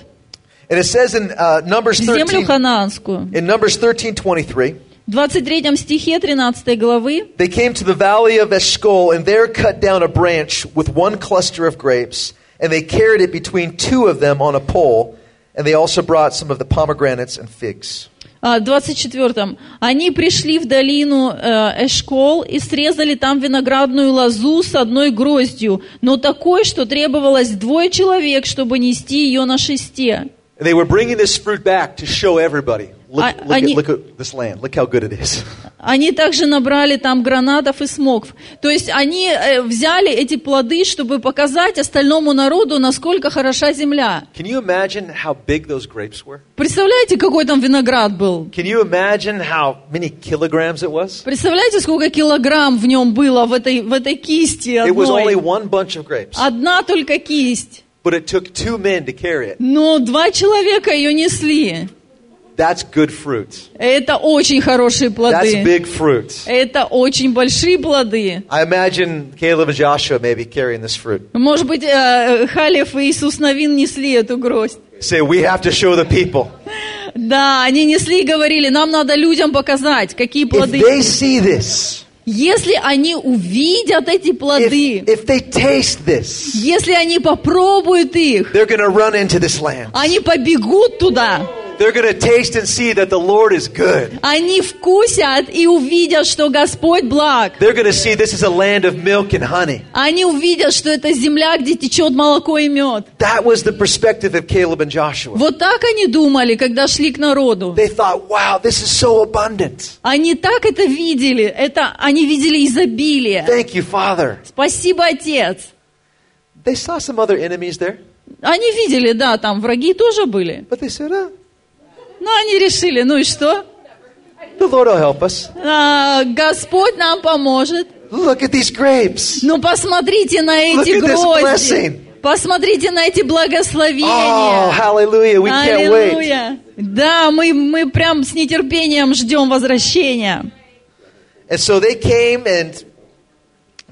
Speaker 1: And it says in uh, Numbers
Speaker 2: в землю
Speaker 1: 13,
Speaker 2: ханаанскую.
Speaker 1: in Numbers 13, 23,
Speaker 2: В 23 стихе 13 главы
Speaker 1: They came to the valley of Eshcol, and there cut down a branch with one cluster of grapes, and they carried it between two of them on a pole, and they also brought some of the pomegranates and figs.
Speaker 2: А, в 24. Они пришли в долину э, Эшкол и срезали там виноградную лозу с одной гроздью, но такой, что требовалось двое человек, чтобы нести ее на шесте.
Speaker 1: And they were bringing this fruit back to show everybody. Look,
Speaker 2: I-
Speaker 1: look,
Speaker 2: I
Speaker 1: at,
Speaker 2: need-
Speaker 1: look at this land. Look how good it is.
Speaker 2: Они также набрали там гранатов и смокв. То есть они э, взяли эти плоды, чтобы показать остальному народу, насколько хороша земля.
Speaker 1: Can you imagine how big those grapes were?
Speaker 2: Представляете, какой там виноград был?
Speaker 1: Can you imagine how many kilograms it was?
Speaker 2: Представляете, сколько килограмм в нем было, в этой, в этой кисти
Speaker 1: It was only
Speaker 2: одной?
Speaker 1: one bunch of grapes,
Speaker 2: Одна только кисть.
Speaker 1: but it took two men to carry it.
Speaker 2: Но два человека ее несли.
Speaker 1: That's good fruit.
Speaker 2: Это очень хорошие
Speaker 1: That's
Speaker 2: плоды.
Speaker 1: big fruit.
Speaker 2: Это очень большие плоды.
Speaker 1: I imagine Caleb and Joshua maybe carrying this fruit.
Speaker 2: Может быть, э, Халев и Иисус Новин несли эту гроздь.
Speaker 1: Say, we have to show the people.
Speaker 2: Да, они несли и говорили, нам надо людям показать, какие
Speaker 1: If
Speaker 2: плоды.
Speaker 1: they see this,
Speaker 2: Если они увидят эти плоды,
Speaker 1: if, if they taste this,
Speaker 2: если они попробуют их,
Speaker 1: they're going to run into this land.
Speaker 2: они побегут туда.
Speaker 1: They're going to taste and see that the Lord is good.
Speaker 2: Они вкусят и увидят, что Господь благ.
Speaker 1: They're going to see this is a land of milk and honey.
Speaker 2: Они увидят, что это земля, где течет молоко и мед.
Speaker 1: That was the perspective of Caleb and Joshua.
Speaker 2: Вот так они думали, когда шли к народу.
Speaker 1: They thought, wow, this is so abundant.
Speaker 2: Они так это видели. Это они видели изобилие.
Speaker 1: Thank you, Father.
Speaker 2: Спасибо, Отец.
Speaker 1: They saw some other enemies there,
Speaker 2: Они видели, да, там враги тоже были.
Speaker 1: but they said, ah,
Speaker 2: Но они решили, ну и что?
Speaker 1: the Lord will help us.
Speaker 2: А, Господь нам поможет.
Speaker 1: Look at these grapes.
Speaker 2: Ну посмотрите на эти
Speaker 1: Look at this
Speaker 2: грозди.
Speaker 1: blessing.
Speaker 2: Посмотрите на эти
Speaker 1: Oh,
Speaker 2: благословения.
Speaker 1: hallelujah. We can't wait.
Speaker 2: Аллилуйя. Да, мы, мы прям с нетерпением ждем возвращения.
Speaker 1: And so they came and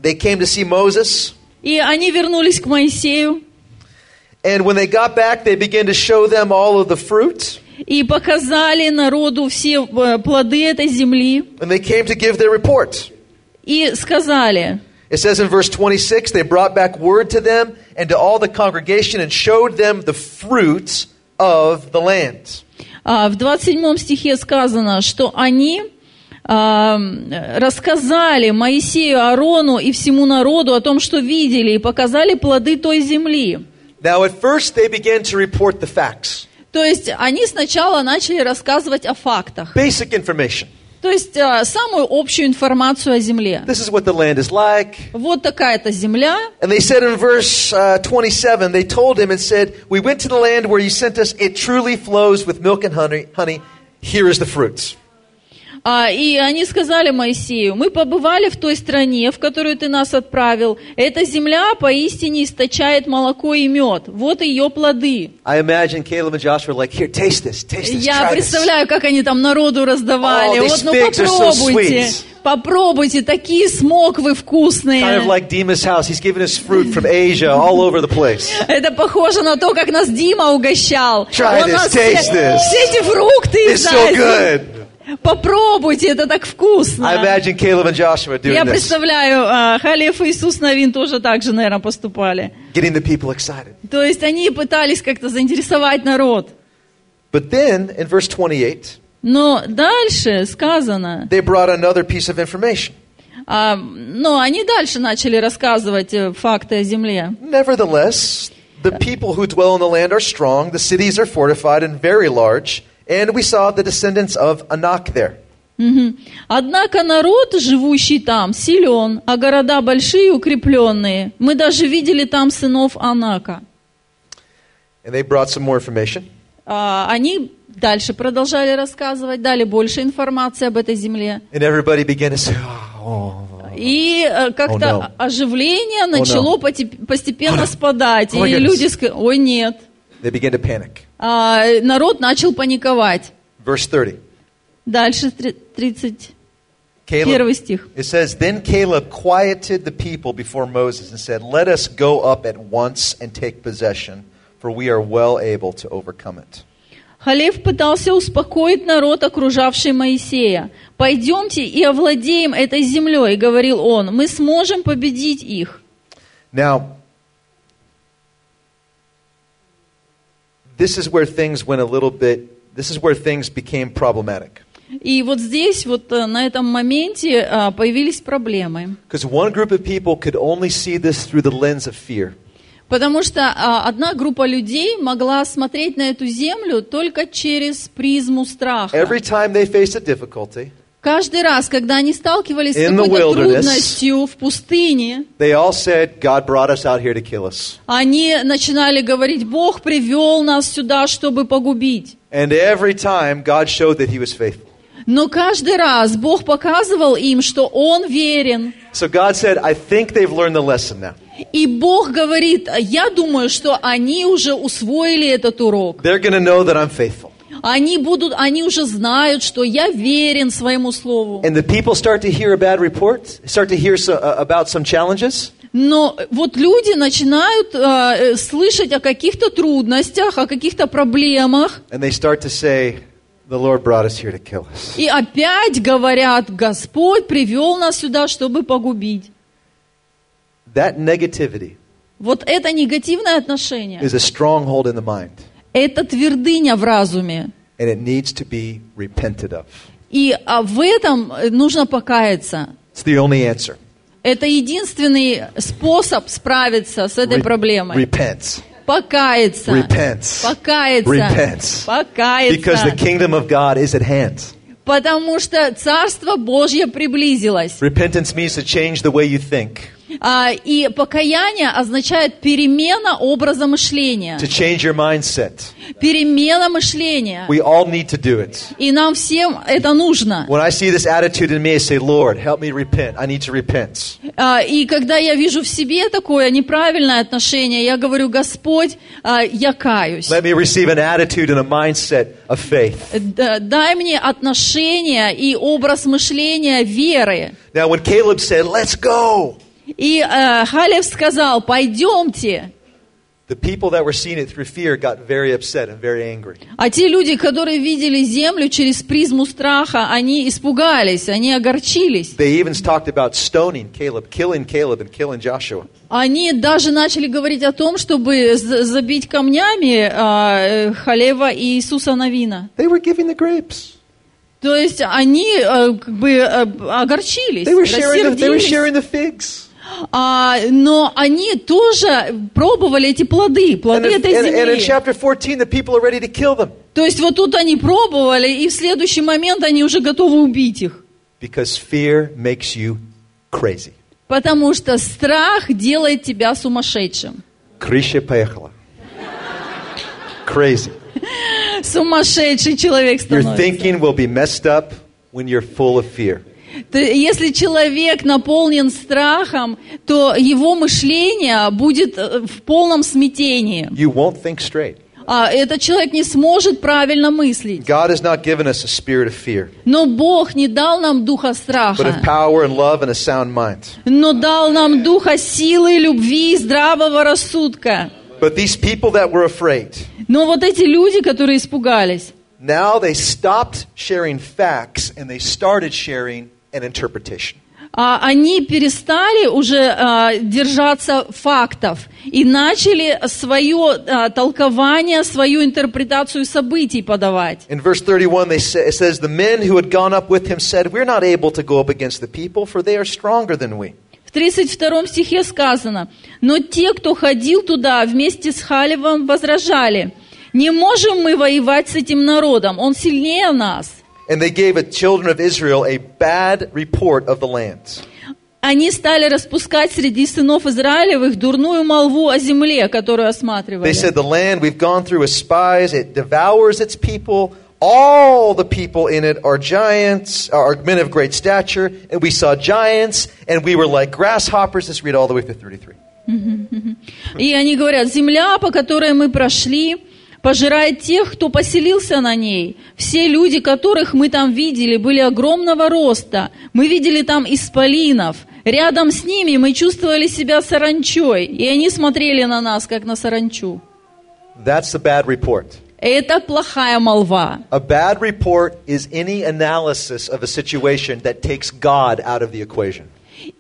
Speaker 1: they came to see Moses.
Speaker 2: И они вернулись к Моисею
Speaker 1: And when they got back, they began to show them all of the fruit.
Speaker 2: и показали народу все э, плоды этой земли
Speaker 1: And they came to give their report.
Speaker 2: и сказали,
Speaker 1: It says in verse 26 they brought back word to them and to all the congregation and showed them the fruit of the land.
Speaker 2: А, В 27 стихе сказано, что они а, рассказали Моисею, Аарону и всему народу о том, что видели, и показали плоды той земли.
Speaker 1: Now, at first, they began to report the facts,
Speaker 2: То есть они сначала начали рассказывать о фактах,
Speaker 1: basic information.
Speaker 2: то есть а, самую общую информацию о земле.
Speaker 1: This is what the land is like.
Speaker 2: Вот такая-то земля.
Speaker 1: And they said in verse uh, 27, they told him and said, We went to the land where you sent us. It truly flows with milk and honey. honey. Here is the fruit.
Speaker 2: А, И они сказали Моисею, мы побывали в той стране, в которую ты нас отправил. Эта земля поистине источает молоко и мед. Вот ее плоды.
Speaker 1: I imagine Caleb and Joshua like, Here, taste this, taste this.
Speaker 2: Я
Speaker 1: try this."
Speaker 2: представляю, как они там народу раздавали.
Speaker 1: Oh, these
Speaker 2: вот, ну
Speaker 1: figs are so
Speaker 2: попробуйте,
Speaker 1: sweet.
Speaker 2: попробуйте, такие смоквы вкусные.
Speaker 1: Kind of like Demas' house. He's giving us fruit from Asia all over the place.
Speaker 2: Это похоже на то, как нас Дима угощал.
Speaker 1: Try
Speaker 2: Он
Speaker 1: this,
Speaker 2: нас
Speaker 1: taste
Speaker 2: все,
Speaker 1: this.
Speaker 2: все эти фрукты
Speaker 1: It's
Speaker 2: из
Speaker 1: so
Speaker 2: Азии.
Speaker 1: good.
Speaker 2: Попробуйте, это так вкусно.
Speaker 1: I imagine Caleb and Joshua
Speaker 2: Я
Speaker 1: doing this,
Speaker 2: представляю, а, Халиф и Иисус Новин тоже так же, наверное, поступали.
Speaker 1: getting the people excited.
Speaker 2: То есть они пытались как-то заинтересовать народ.
Speaker 1: But then, in verse 28,
Speaker 2: Но дальше сказано,
Speaker 1: they brought another piece of information.
Speaker 2: а, но они дальше начали рассказывать э, факты о земле.
Speaker 1: Nevertheless, the people who dwell in the land are strong, the cities are fortified and very large, and we saw the descendants of Anak there.
Speaker 2: Мгм. Однако народ, живущий там, силен, а города большие и укрепленные. Мы даже видели там сынов Анака.
Speaker 1: And they brought some more information.
Speaker 2: А, Они дальше продолжали рассказывать, дали больше информации об этой земле.
Speaker 1: And everybody began to say, Oh,
Speaker 2: И э, как-то
Speaker 1: Oh, no.
Speaker 2: оживление начало потеп- постепенно спадать.
Speaker 1: Oh, my
Speaker 2: И
Speaker 1: goodness.
Speaker 2: люди сказали, ой, нет.
Speaker 1: They began to panic.
Speaker 2: А, народ начал паниковать.
Speaker 1: Verse 30.
Speaker 2: Дальше три- 31
Speaker 1: Caleb,
Speaker 2: стих.
Speaker 1: it says, Then Caleb quieted the people before Moses and said, Let us go up at once and take possession, for we are well able to overcome it.
Speaker 2: Халев пытался успокоить народ, окружавший Моисея. «Пойдемте и овладеем этой землей», — говорил он, — «мы сможем победить их».
Speaker 1: Now, this is where things went a little bit, this is where things became problematic.
Speaker 2: И вот здесь, вот э, на этом моменте а, появились проблемы.
Speaker 1: Because one group of people could only see this through the lens of fear.
Speaker 2: Потому что а, одна группа людей могла смотреть на эту землю только через призму страха.
Speaker 1: Every time they faced a difficulty,
Speaker 2: Каждый раз, когда они сталкивались с
Speaker 1: In the
Speaker 2: какой-то
Speaker 1: wilderness.
Speaker 2: трудностью в пустыне,
Speaker 1: they all said, God brought us out here to kill us.
Speaker 2: они начинали говорить, Бог привел нас сюда, чтобы погубить.
Speaker 1: And every time, God showed that He was faithful.
Speaker 2: Но каждый раз Бог показывал им, что Он верен.
Speaker 1: So God said, I think they've learned the lesson now.
Speaker 2: И Бог говорит, я думаю, что они уже усвоили этот урок.
Speaker 1: They're going to know that I'm faithful.
Speaker 2: Они будут, они уже знают, что я верен своему слову.
Speaker 1: And the people start to hear a bad report, start to hear so, uh, about some challenges.
Speaker 2: Но вот люди начинают а, э, слышать о каких-то трудностях, о каких-то проблемах,
Speaker 1: And they start to say, The Lord brought us here to kill us.
Speaker 2: и опять говорят, Господь привел нас сюда, чтобы погубить.
Speaker 1: That negativity
Speaker 2: Вот это негативное отношение,
Speaker 1: is a stronghold in the mind,
Speaker 2: это твердыня в разуме.
Speaker 1: and it needs to be repented of.
Speaker 2: И а, в этом э, нужно покаяться.
Speaker 1: It's the only answer.
Speaker 2: Это единственный способ справиться с этой
Speaker 1: Re-
Speaker 2: проблемой.
Speaker 1: Repent.
Speaker 2: Покаяться.
Speaker 1: Repent.
Speaker 2: Покаяться.
Speaker 1: Repent. Because the
Speaker 2: Покаяться.
Speaker 1: kingdom of God is at hand.
Speaker 2: Потому что Царство Божье приблизилось.
Speaker 1: Repentance means to change the way you think,
Speaker 2: А, и покаяние означает перемена образа мышления.
Speaker 1: to change your mindset.
Speaker 2: Перемена мышления.
Speaker 1: We all need to do it.
Speaker 2: И нам всем это нужно.
Speaker 1: When I see this attitude in me, I say, Lord, help me repent. I need to repent.
Speaker 2: А, И когда я вижу в себе такое неправильное отношение, я говорю, Господь, а, я каюсь.
Speaker 1: Let me receive an attitude and a mindset of faith.
Speaker 2: Д- Дай мне отношения и образ мышления веры.
Speaker 1: Now, when Caleb said, Let's go,
Speaker 2: И э, Халев сказал, пойдемте.
Speaker 1: the people that were seeing it through fear got very upset and very angry.
Speaker 2: А те люди, которые видели землю через призму страха, они испугались, они огорчились.
Speaker 1: They even talked about stoning Caleb, killing Caleb, and killing Joshua.
Speaker 2: Они даже начали говорить о том, чтобы з- забить камнями э, Халева и Иисуса Навина.
Speaker 1: They were giving the grapes.
Speaker 2: То есть они э, как бы э, огорчились,
Speaker 1: They were sharing the, they were
Speaker 2: рассердились.
Speaker 1: sharing the figs.
Speaker 2: А, но они тоже пробовали эти плоды,
Speaker 1: And,
Speaker 2: плоды
Speaker 1: in-
Speaker 2: этой
Speaker 1: and- and in
Speaker 2: земли.
Speaker 1: chapter 14, the people are ready to kill them
Speaker 2: То есть вот тут они пробовали, и в следующий момент они уже готовы убить их.
Speaker 1: because fear makes you crazy.
Speaker 2: Потому что страх делает тебя сумасшедшим.
Speaker 1: Krisha Pechla. Crazy.
Speaker 2: Сумасшедший человек
Speaker 1: Your
Speaker 2: становится.
Speaker 1: thinking will be messed up when you're full of fear.
Speaker 2: То есть, Если человек наполнен страхом, то его мышление будет э, в полном смятении.
Speaker 1: You won't think straight.
Speaker 2: А этот человек не сможет правильно мыслить.
Speaker 1: God has not given us a spirit of fear,
Speaker 2: Но Бог не дал нам духа
Speaker 1: but of
Speaker 2: страха.
Speaker 1: power and love and a sound mind.
Speaker 2: но дал нам духа силы, любви и здравого рассудка.
Speaker 1: But these people that were afraid,
Speaker 2: Но вот эти люди, которые испугались,
Speaker 1: now they stopped sharing facts and they started sharing an interpretation.
Speaker 2: а, они перестали уже а, держаться фактов и начали свое а, толкование, свою интерпретацию событий подавать.
Speaker 1: In verse 31, they say, it says, The men who had gone up with him said, We're not able to go up against the people, for they are stronger than we.
Speaker 2: В 32 стихе сказано, «Но те, кто ходил туда вместе с Халевом, возражали, не можем мы воевать с этим народом, он сильнее нас».
Speaker 1: And they gave the children of Israel a bad report of the land.
Speaker 2: Они стали распускать среди сынов Израилевых дурную молву о земле, которую осматривали.
Speaker 1: They said, The land we've gone through as spies, it devours its people. All the people in it are giants, are men of great stature, and we saw giants, and we were like grasshoppers. Let's read all the way through 33.
Speaker 2: И они говорят, земля, по которой мы прошли, пожирает тех, кто поселился на ней. Все люди, которых мы там видели, были огромного роста. Мы видели там исполинов. Рядом с ними мы чувствовали себя саранчой. И они смотрели на нас, как на саранчу.
Speaker 1: That's the bad report.
Speaker 2: Это плохая молва.
Speaker 1: A bad report is any analysis of a situation that takes God out of the equation.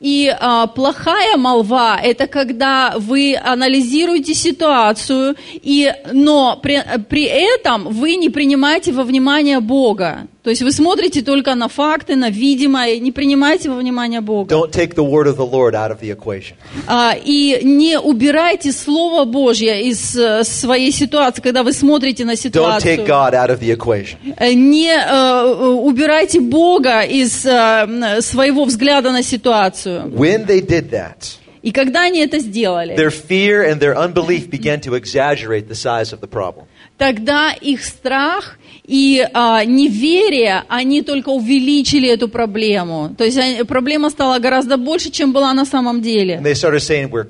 Speaker 2: И а, плохая молва – это когда вы анализируете ситуацию, и, но при, при этом вы не принимаете во внимание Бога. То есть вы смотрите только на факты, на видимое, и не принимаете во внимание Бога.
Speaker 1: Don't take the word of the Lord out of the equation.
Speaker 2: А, и не убирайте Слово Божье из э, своей ситуации, когда вы смотрите на
Speaker 1: Don't take
Speaker 2: ситуацию.
Speaker 1: God out of the equation.
Speaker 2: Э, Не э, убирайте Бога из э, м, своего взгляда на ситуацию.
Speaker 1: When they did that,
Speaker 2: И когда они это сделали?
Speaker 1: their fear and their unbelief began to exaggerate the size of the problem.
Speaker 2: Тогда их страх и а, неверие, они только увеличили эту проблему. То есть они- проблема стала гораздо больше, чем была на самом
Speaker 1: And
Speaker 2: деле.
Speaker 1: they started saying, We're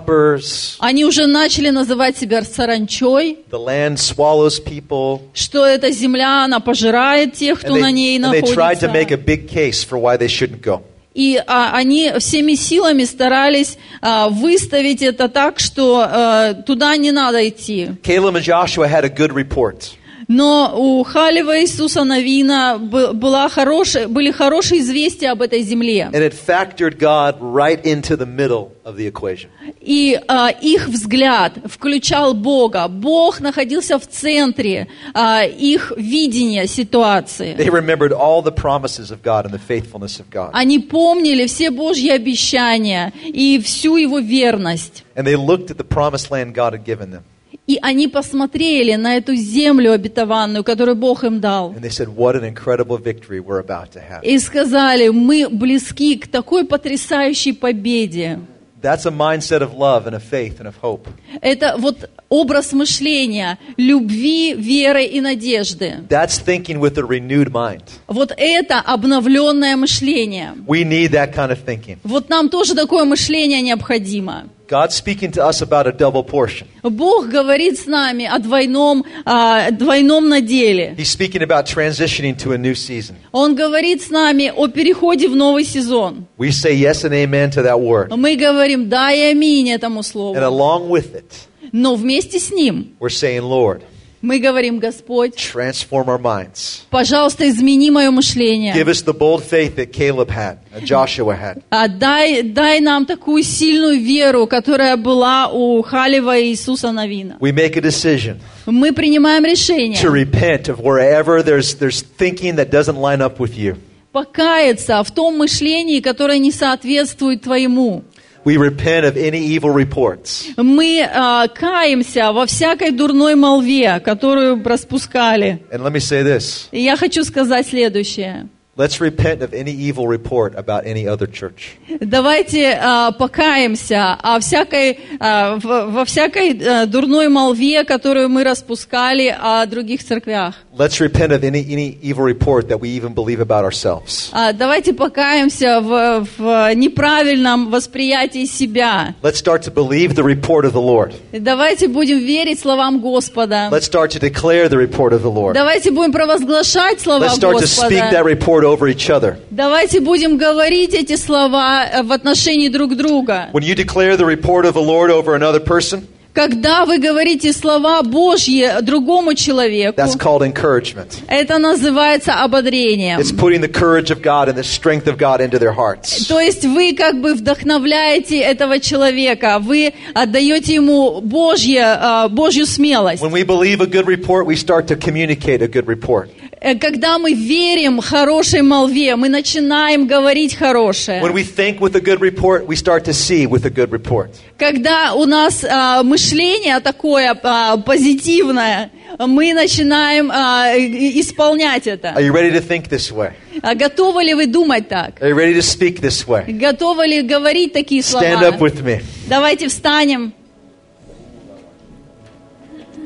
Speaker 1: grasshoppers,
Speaker 2: Они уже начали называть себя саранчой,
Speaker 1: the land swallows people.
Speaker 2: что эта земля, она пожирает тех, кто
Speaker 1: And they,
Speaker 2: на ней
Speaker 1: and they tried to make a
Speaker 2: находится.
Speaker 1: big case for why they shouldn't go.
Speaker 2: И а, они всеми силами старались а, выставить это так, что а, туда не надо идти.
Speaker 1: Caleb and Joshua had a good report.
Speaker 2: Но у Халева Иисуса Новина бы- была хорошая, были хорошие известия об этой земле.
Speaker 1: And it factored God right into the middle of the equation.
Speaker 2: И а, их взгляд включал Бога. Бог находился в центре а, их видения ситуации.
Speaker 1: They remembered all the promises of God and the faithfulness of God.
Speaker 2: Они помнили все Божьи обещания и всю его верность.
Speaker 1: And they looked at the promised land God had given them.
Speaker 2: И они посмотрели на эту землю обетованную, которую Бог им дал.
Speaker 1: And they said, What an incredible victory we're about to have.
Speaker 2: И сказали, мы близки к такой потрясающей победе.
Speaker 1: That's a mindset of love and of faith and of hope.
Speaker 2: Это вот образ мышления, любви, веры и надежды.
Speaker 1: That's thinking with a renewed mind.
Speaker 2: Вот это обновленное мышление.
Speaker 1: We need that kind of thinking.
Speaker 2: Вот нам тоже такое мышление необходимо.
Speaker 1: God's speaking to us about a double portion.
Speaker 2: Бог говорит с нами о двойном, а, двойном наделе.
Speaker 1: He's speaking about transitioning to a new season.
Speaker 2: Он говорит с нами о переходе в новый сезон.
Speaker 1: We say yes and amen to that word.
Speaker 2: Мы говорим «да и аминь» этому
Speaker 1: And
Speaker 2: слову.
Speaker 1: along with it,
Speaker 2: Но вместе с ним
Speaker 1: we're saying, Lord,
Speaker 2: мы говорим «Господь,
Speaker 1: transform our minds.
Speaker 2: пожалуйста, измени мое
Speaker 1: Give
Speaker 2: мышление».
Speaker 1: us the bold faith that Caleb had and Joshua had.
Speaker 2: А дай, дай нам такую сильную веру, которая была у Халева и Иисуса Новина.
Speaker 1: We make a decision
Speaker 2: Мы принимаем
Speaker 1: to
Speaker 2: решение
Speaker 1: repent of wherever there's, there's thinking that doesn't line up with you.
Speaker 2: покаяться в том мышлении, которое не соответствует твоему.
Speaker 1: We repent of any evil reports.
Speaker 2: Мы а, каемся во всякой дурной молве, которую распускали.
Speaker 1: And let me say this
Speaker 2: И я хочу сказать следующее.
Speaker 1: let's repent of any evil report about any other church.
Speaker 2: Давайте а, покаемся о всякой, а, в- во всякой а, дурной молве, которую мы распускали о других церквях.
Speaker 1: Let's repent of any, any evil report that we even believe about ourselves.
Speaker 2: А, давайте покаемся в, в неправильном восприятии себя.
Speaker 1: Let's start to believe the report of the Lord.
Speaker 2: Давайте будем верить словам Господа.
Speaker 1: Let's start to declare the report of the Lord.
Speaker 2: Давайте будем провозглашать слова
Speaker 1: Let's start to speak that
Speaker 2: Господа.
Speaker 1: report over each other.
Speaker 2: Давайте будем говорить эти слова э, в отношении друг друга.
Speaker 1: When you declare the report of the Lord over another person,
Speaker 2: Когда вы говорите слова Божьи другому человеку,
Speaker 1: that's called encouragement.
Speaker 2: это называется ободрением.
Speaker 1: It's putting the courage of God and the strength of God into their hearts.
Speaker 2: То есть вы как бы вдохновляете этого человека, вы отдаете ему Божье, а, Божью смелость.
Speaker 1: When we believe a good report, we start to communicate a good report.
Speaker 2: Э, Когда мы верим хорошей молве, мы начинаем говорить хорошее.
Speaker 1: When we think with a good report, we start to see with a good report.
Speaker 2: Когда у нас а, мышление такое а, позитивное, мы начинаем а, и- исполнять
Speaker 1: Are
Speaker 2: это.
Speaker 1: you ready to think this way?
Speaker 2: А готовы ли вы думать так?
Speaker 1: Are you ready to speak this way?
Speaker 2: Готовы ли говорить такие
Speaker 1: Stand up
Speaker 2: слова?
Speaker 1: with me.
Speaker 2: Давайте встанем.
Speaker 3: Thank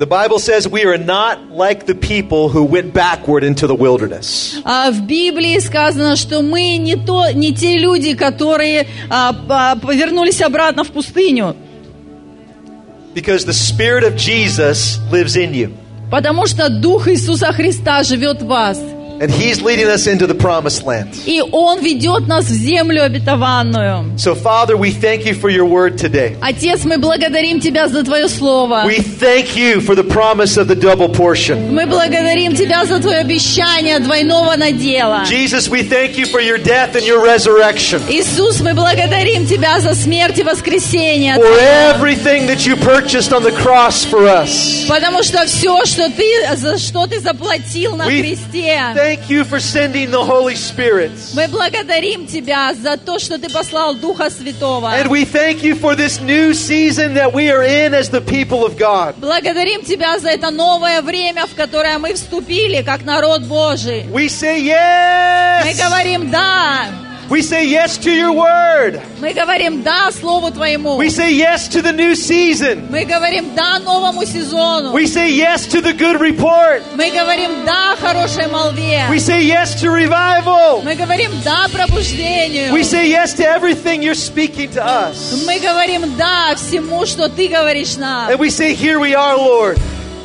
Speaker 1: The Bible says we are not like the people who went backward into the wilderness.
Speaker 2: А в Библии сказано, что мы не, то, не те люди, которые а, а, повернулись обратно в пустыню,
Speaker 1: Because the Spirit of Jesus lives in you.
Speaker 2: потому что Дух Иисуса Христа живет в вас.
Speaker 1: And He's leading us into the promised land.
Speaker 2: И Он ведет нас в землю обетованную.
Speaker 1: So, Father, we thank you for your word today.
Speaker 2: Отец, мы благодарим Тебя за Твое Слово.
Speaker 1: We thank you for the promise of the double portion.
Speaker 2: Мы благодарим Тебя за Твое обещание двойного надела.
Speaker 1: Jesus, we thank you for your death and your resurrection.
Speaker 2: Иисус, мы благодарим Тебя за смерть и воскресение.
Speaker 1: For everything that you purchased on the cross for us.
Speaker 2: Потому что все, что ты, за что ты заплатил на
Speaker 1: We
Speaker 2: кресте,
Speaker 1: thank you for sending the Holy Spirit.
Speaker 2: мы благодарим Тебя за то, что Ты послал Духа Святого.
Speaker 1: And we thank you for this new season that we are in as the people of God.
Speaker 2: Благодарим Тебя за это новое время, в которое мы вступили, как народ Божий.
Speaker 1: We say
Speaker 2: Мы
Speaker 1: yes.
Speaker 2: говорим «да».
Speaker 1: We say yes to your word.
Speaker 2: Мы говорим «да» Слову Твоему.
Speaker 1: We say yes to the new season.
Speaker 2: Мы говорим «да» новому сезону.
Speaker 1: We say yes to the good report.
Speaker 2: Мы говорим «да» хорошей молве.
Speaker 1: We say yes to revival.
Speaker 2: Мы говорим «да» пробуждению.
Speaker 1: We say yes to everything you're speaking to us.
Speaker 2: Мы говорим «да» всему, что Ты говоришь нам.
Speaker 1: And we say, Here we are, Lord.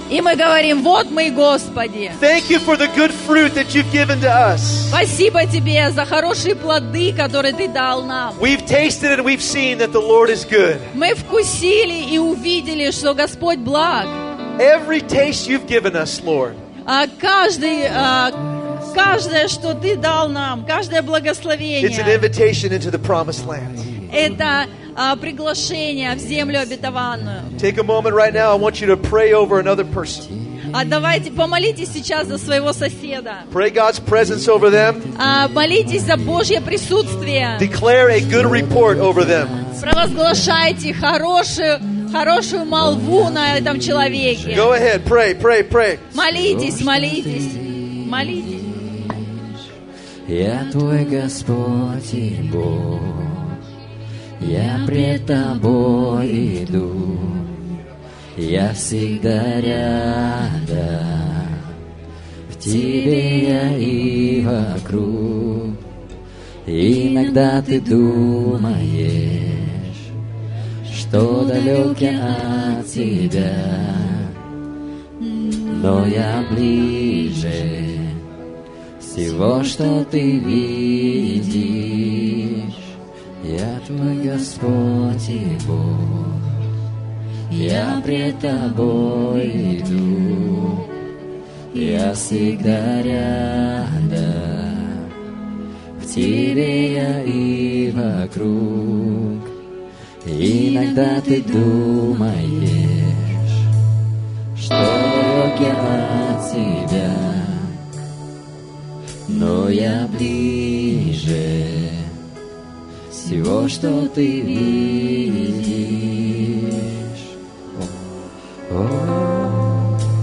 Speaker 2: И мы говорим «вот мы, Господи».
Speaker 1: Thank you for the good fruit that you've given to us.
Speaker 2: Спасибо Тебе за хорошие плоды, которые Ты дал нам.
Speaker 1: We've tasted and we've seen that the Lord is good.
Speaker 2: Мы вкусили и увидели, что Господь благ.
Speaker 1: Every taste you've given us, Lord,
Speaker 2: А каждый, а, каждое, что Ты дал нам, каждое
Speaker 1: it's an
Speaker 2: благословение,
Speaker 1: invitation into the promised land.
Speaker 2: это а, приглашение в землю обетованную.
Speaker 1: Take a moment right now. I want you to pray over another person.
Speaker 2: А давайте помолитесь сейчас за своего соседа.
Speaker 1: Pray God's presence over them.
Speaker 2: А, молитесь за Божье присутствие.
Speaker 1: Declare a good report over them.
Speaker 2: Провозглашайте хорошую, хорошую молву на этом человеке.
Speaker 1: Go ahead. Pray, pray, pray.
Speaker 2: Молитесь, молитесь, молитесь.
Speaker 3: Я твой Господь и Бог, я пред тобой иду, я всегда рядом, в тебе я и вокруг. Иногда ты думаешь, что далек я от тебя, но я ближе всего, что ты видишь. Я твой Господь и Бог, я пред тобой иду, я всегда рядом, в тебе я и вокруг. Иногда ты думаешь, что далек я от тебя, но я ближе всего, что ты видишь.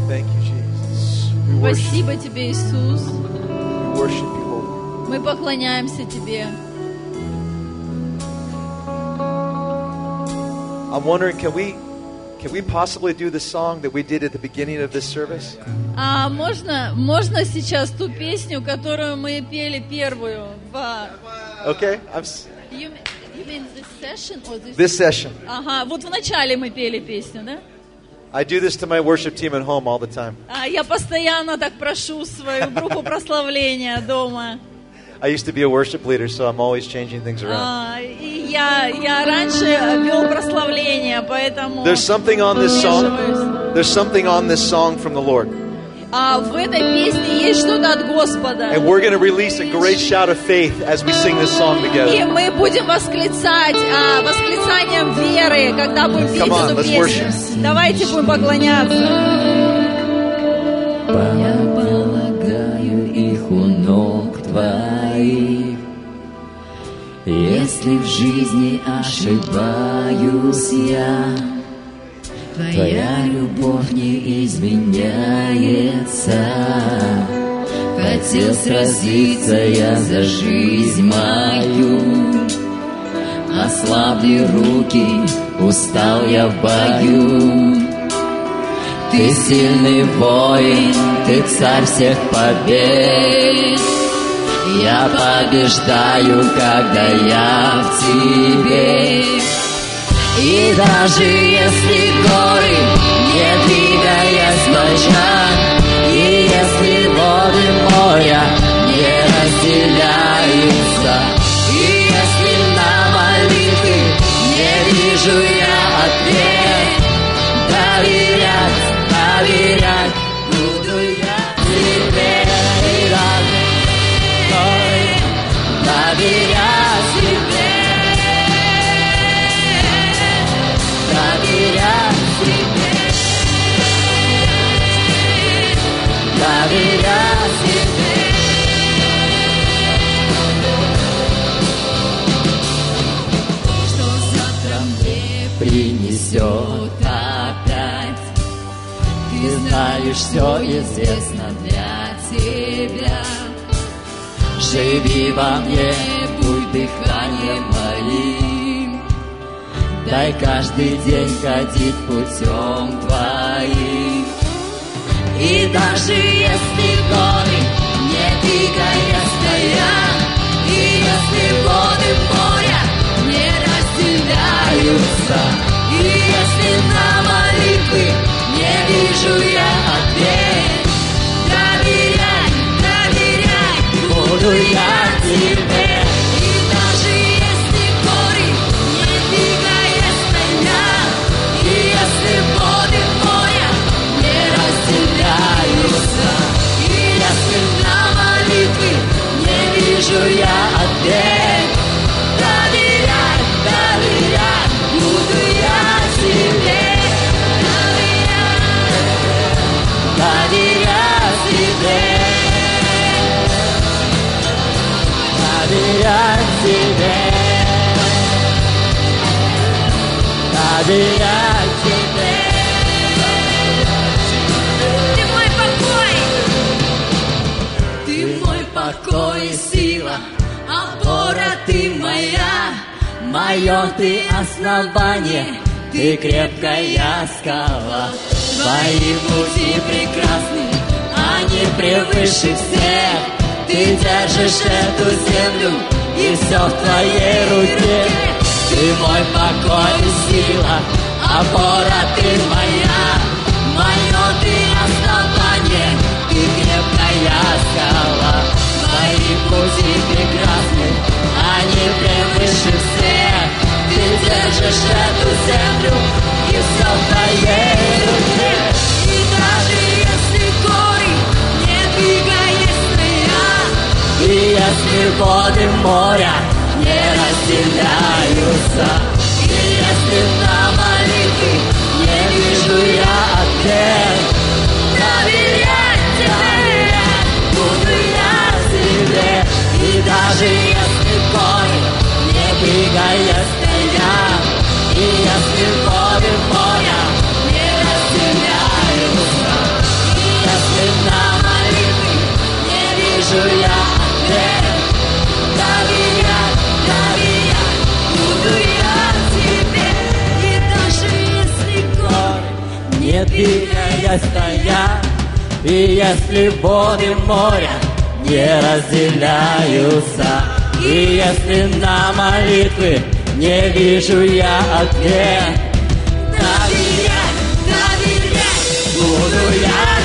Speaker 1: Thank you, Jesus. We worship,
Speaker 2: Спасибо тебе, Иисус.
Speaker 1: we worship you, Lord.
Speaker 2: Мы поклоняемся тебе.
Speaker 1: I'm wondering, can we, can we possibly do the song that we did at the beginning of this service?
Speaker 2: А можно, можно сейчас ту песню, которую мы пели первую в...
Speaker 1: Okay. I'm, s-
Speaker 2: You mean- you mean this session or this-
Speaker 1: this session.
Speaker 2: Ага, вот вначале мы пели песню, да?
Speaker 1: I do this to my worship team at home all the time.
Speaker 2: А, я постоянно так прошу свою группу прославления дома.
Speaker 1: I used to be a worship leader, so I'm always changing things around.
Speaker 2: А, и я, я раньше вел прославление, поэтому...
Speaker 1: There's something on this
Speaker 2: вмешиваюсь.
Speaker 1: song. There's something on this song from the Lord.
Speaker 2: А в этой песне есть что-то от
Speaker 1: And
Speaker 2: Господа.
Speaker 1: we're going to release a great shout of faith as we sing this song
Speaker 2: И
Speaker 1: together.
Speaker 2: мы будем восклицать а, восклицанием веры, когда будем петь
Speaker 1: Come on,
Speaker 2: эту
Speaker 1: let's
Speaker 2: песню.
Speaker 1: worship.
Speaker 2: Давайте будем поклоняться.
Speaker 3: Я полагаю их у ног твоих. Если в жизни ошибаюсь я, Твоя любовь не изменяется. Хотел сразиться я за жизнь мою, Ослабли руки, устал я в бою. Ты сильный воин, ты царь всех побед. Я побеждаю, когда я в тебе. И даже если горы не двигаясь ноча, И если воды моря не разделяются, И если на молитвы не вижу я ответ, Доверять, доверять буду я тебе, Иран, Горы, доверять тебе. Доверять тебе. Доверять тебе. Что завтра мне принесет опять? Ты знаешь, все известно для тебя. Живи во мне, будь дыханием моим. Дай каждый день ходить путем твоим. И даже если горы не двигая стоят, И если воды моря не разделяются, И если на молитвы не вижу я ответ, Доверяй, доверяй, буду я тебе. И даже если горы не двигая стоят, И если воды моря не разделяются, И если на молитвы не вижу я ответ, Доверяй, доверяй, буду я тебе. Доверяй, доверяй тебе. Доверяй тебе. Доверяй тебе.
Speaker 4: Ты мой покой,
Speaker 3: Ты мой покой и сила, опора ты моя, Мое ты основание, ты крепкая скала. Твои пути прекрасны, они превыше всех. Ты держишь эту землю, и все в твоей руке. Ты мой покой и сила,
Speaker 4: а
Speaker 3: опора ты моя, мое ты основание, ты крепкая скала. Твои пути прекрасны, они превыше всех. Ты держишь эту землю, и все в твоей руке.
Speaker 4: и даже если горы не двигаясь стоят,
Speaker 3: И если воды моря не разделяются, И если на молитвы не вижу я ответ,
Speaker 4: доверять тебе,
Speaker 3: буду я тебе. И даже если горы не двигая стоят, И если воды моря не разделяются, И если на молитвы не вижу я ответ,
Speaker 4: доверять, доверять, буду я тебе, и даже если горы
Speaker 3: Не двигаясь стоя, и если воды моря не разделяются, и если на молитвы не вижу я ответ,
Speaker 4: доверять, доверять,
Speaker 3: буду я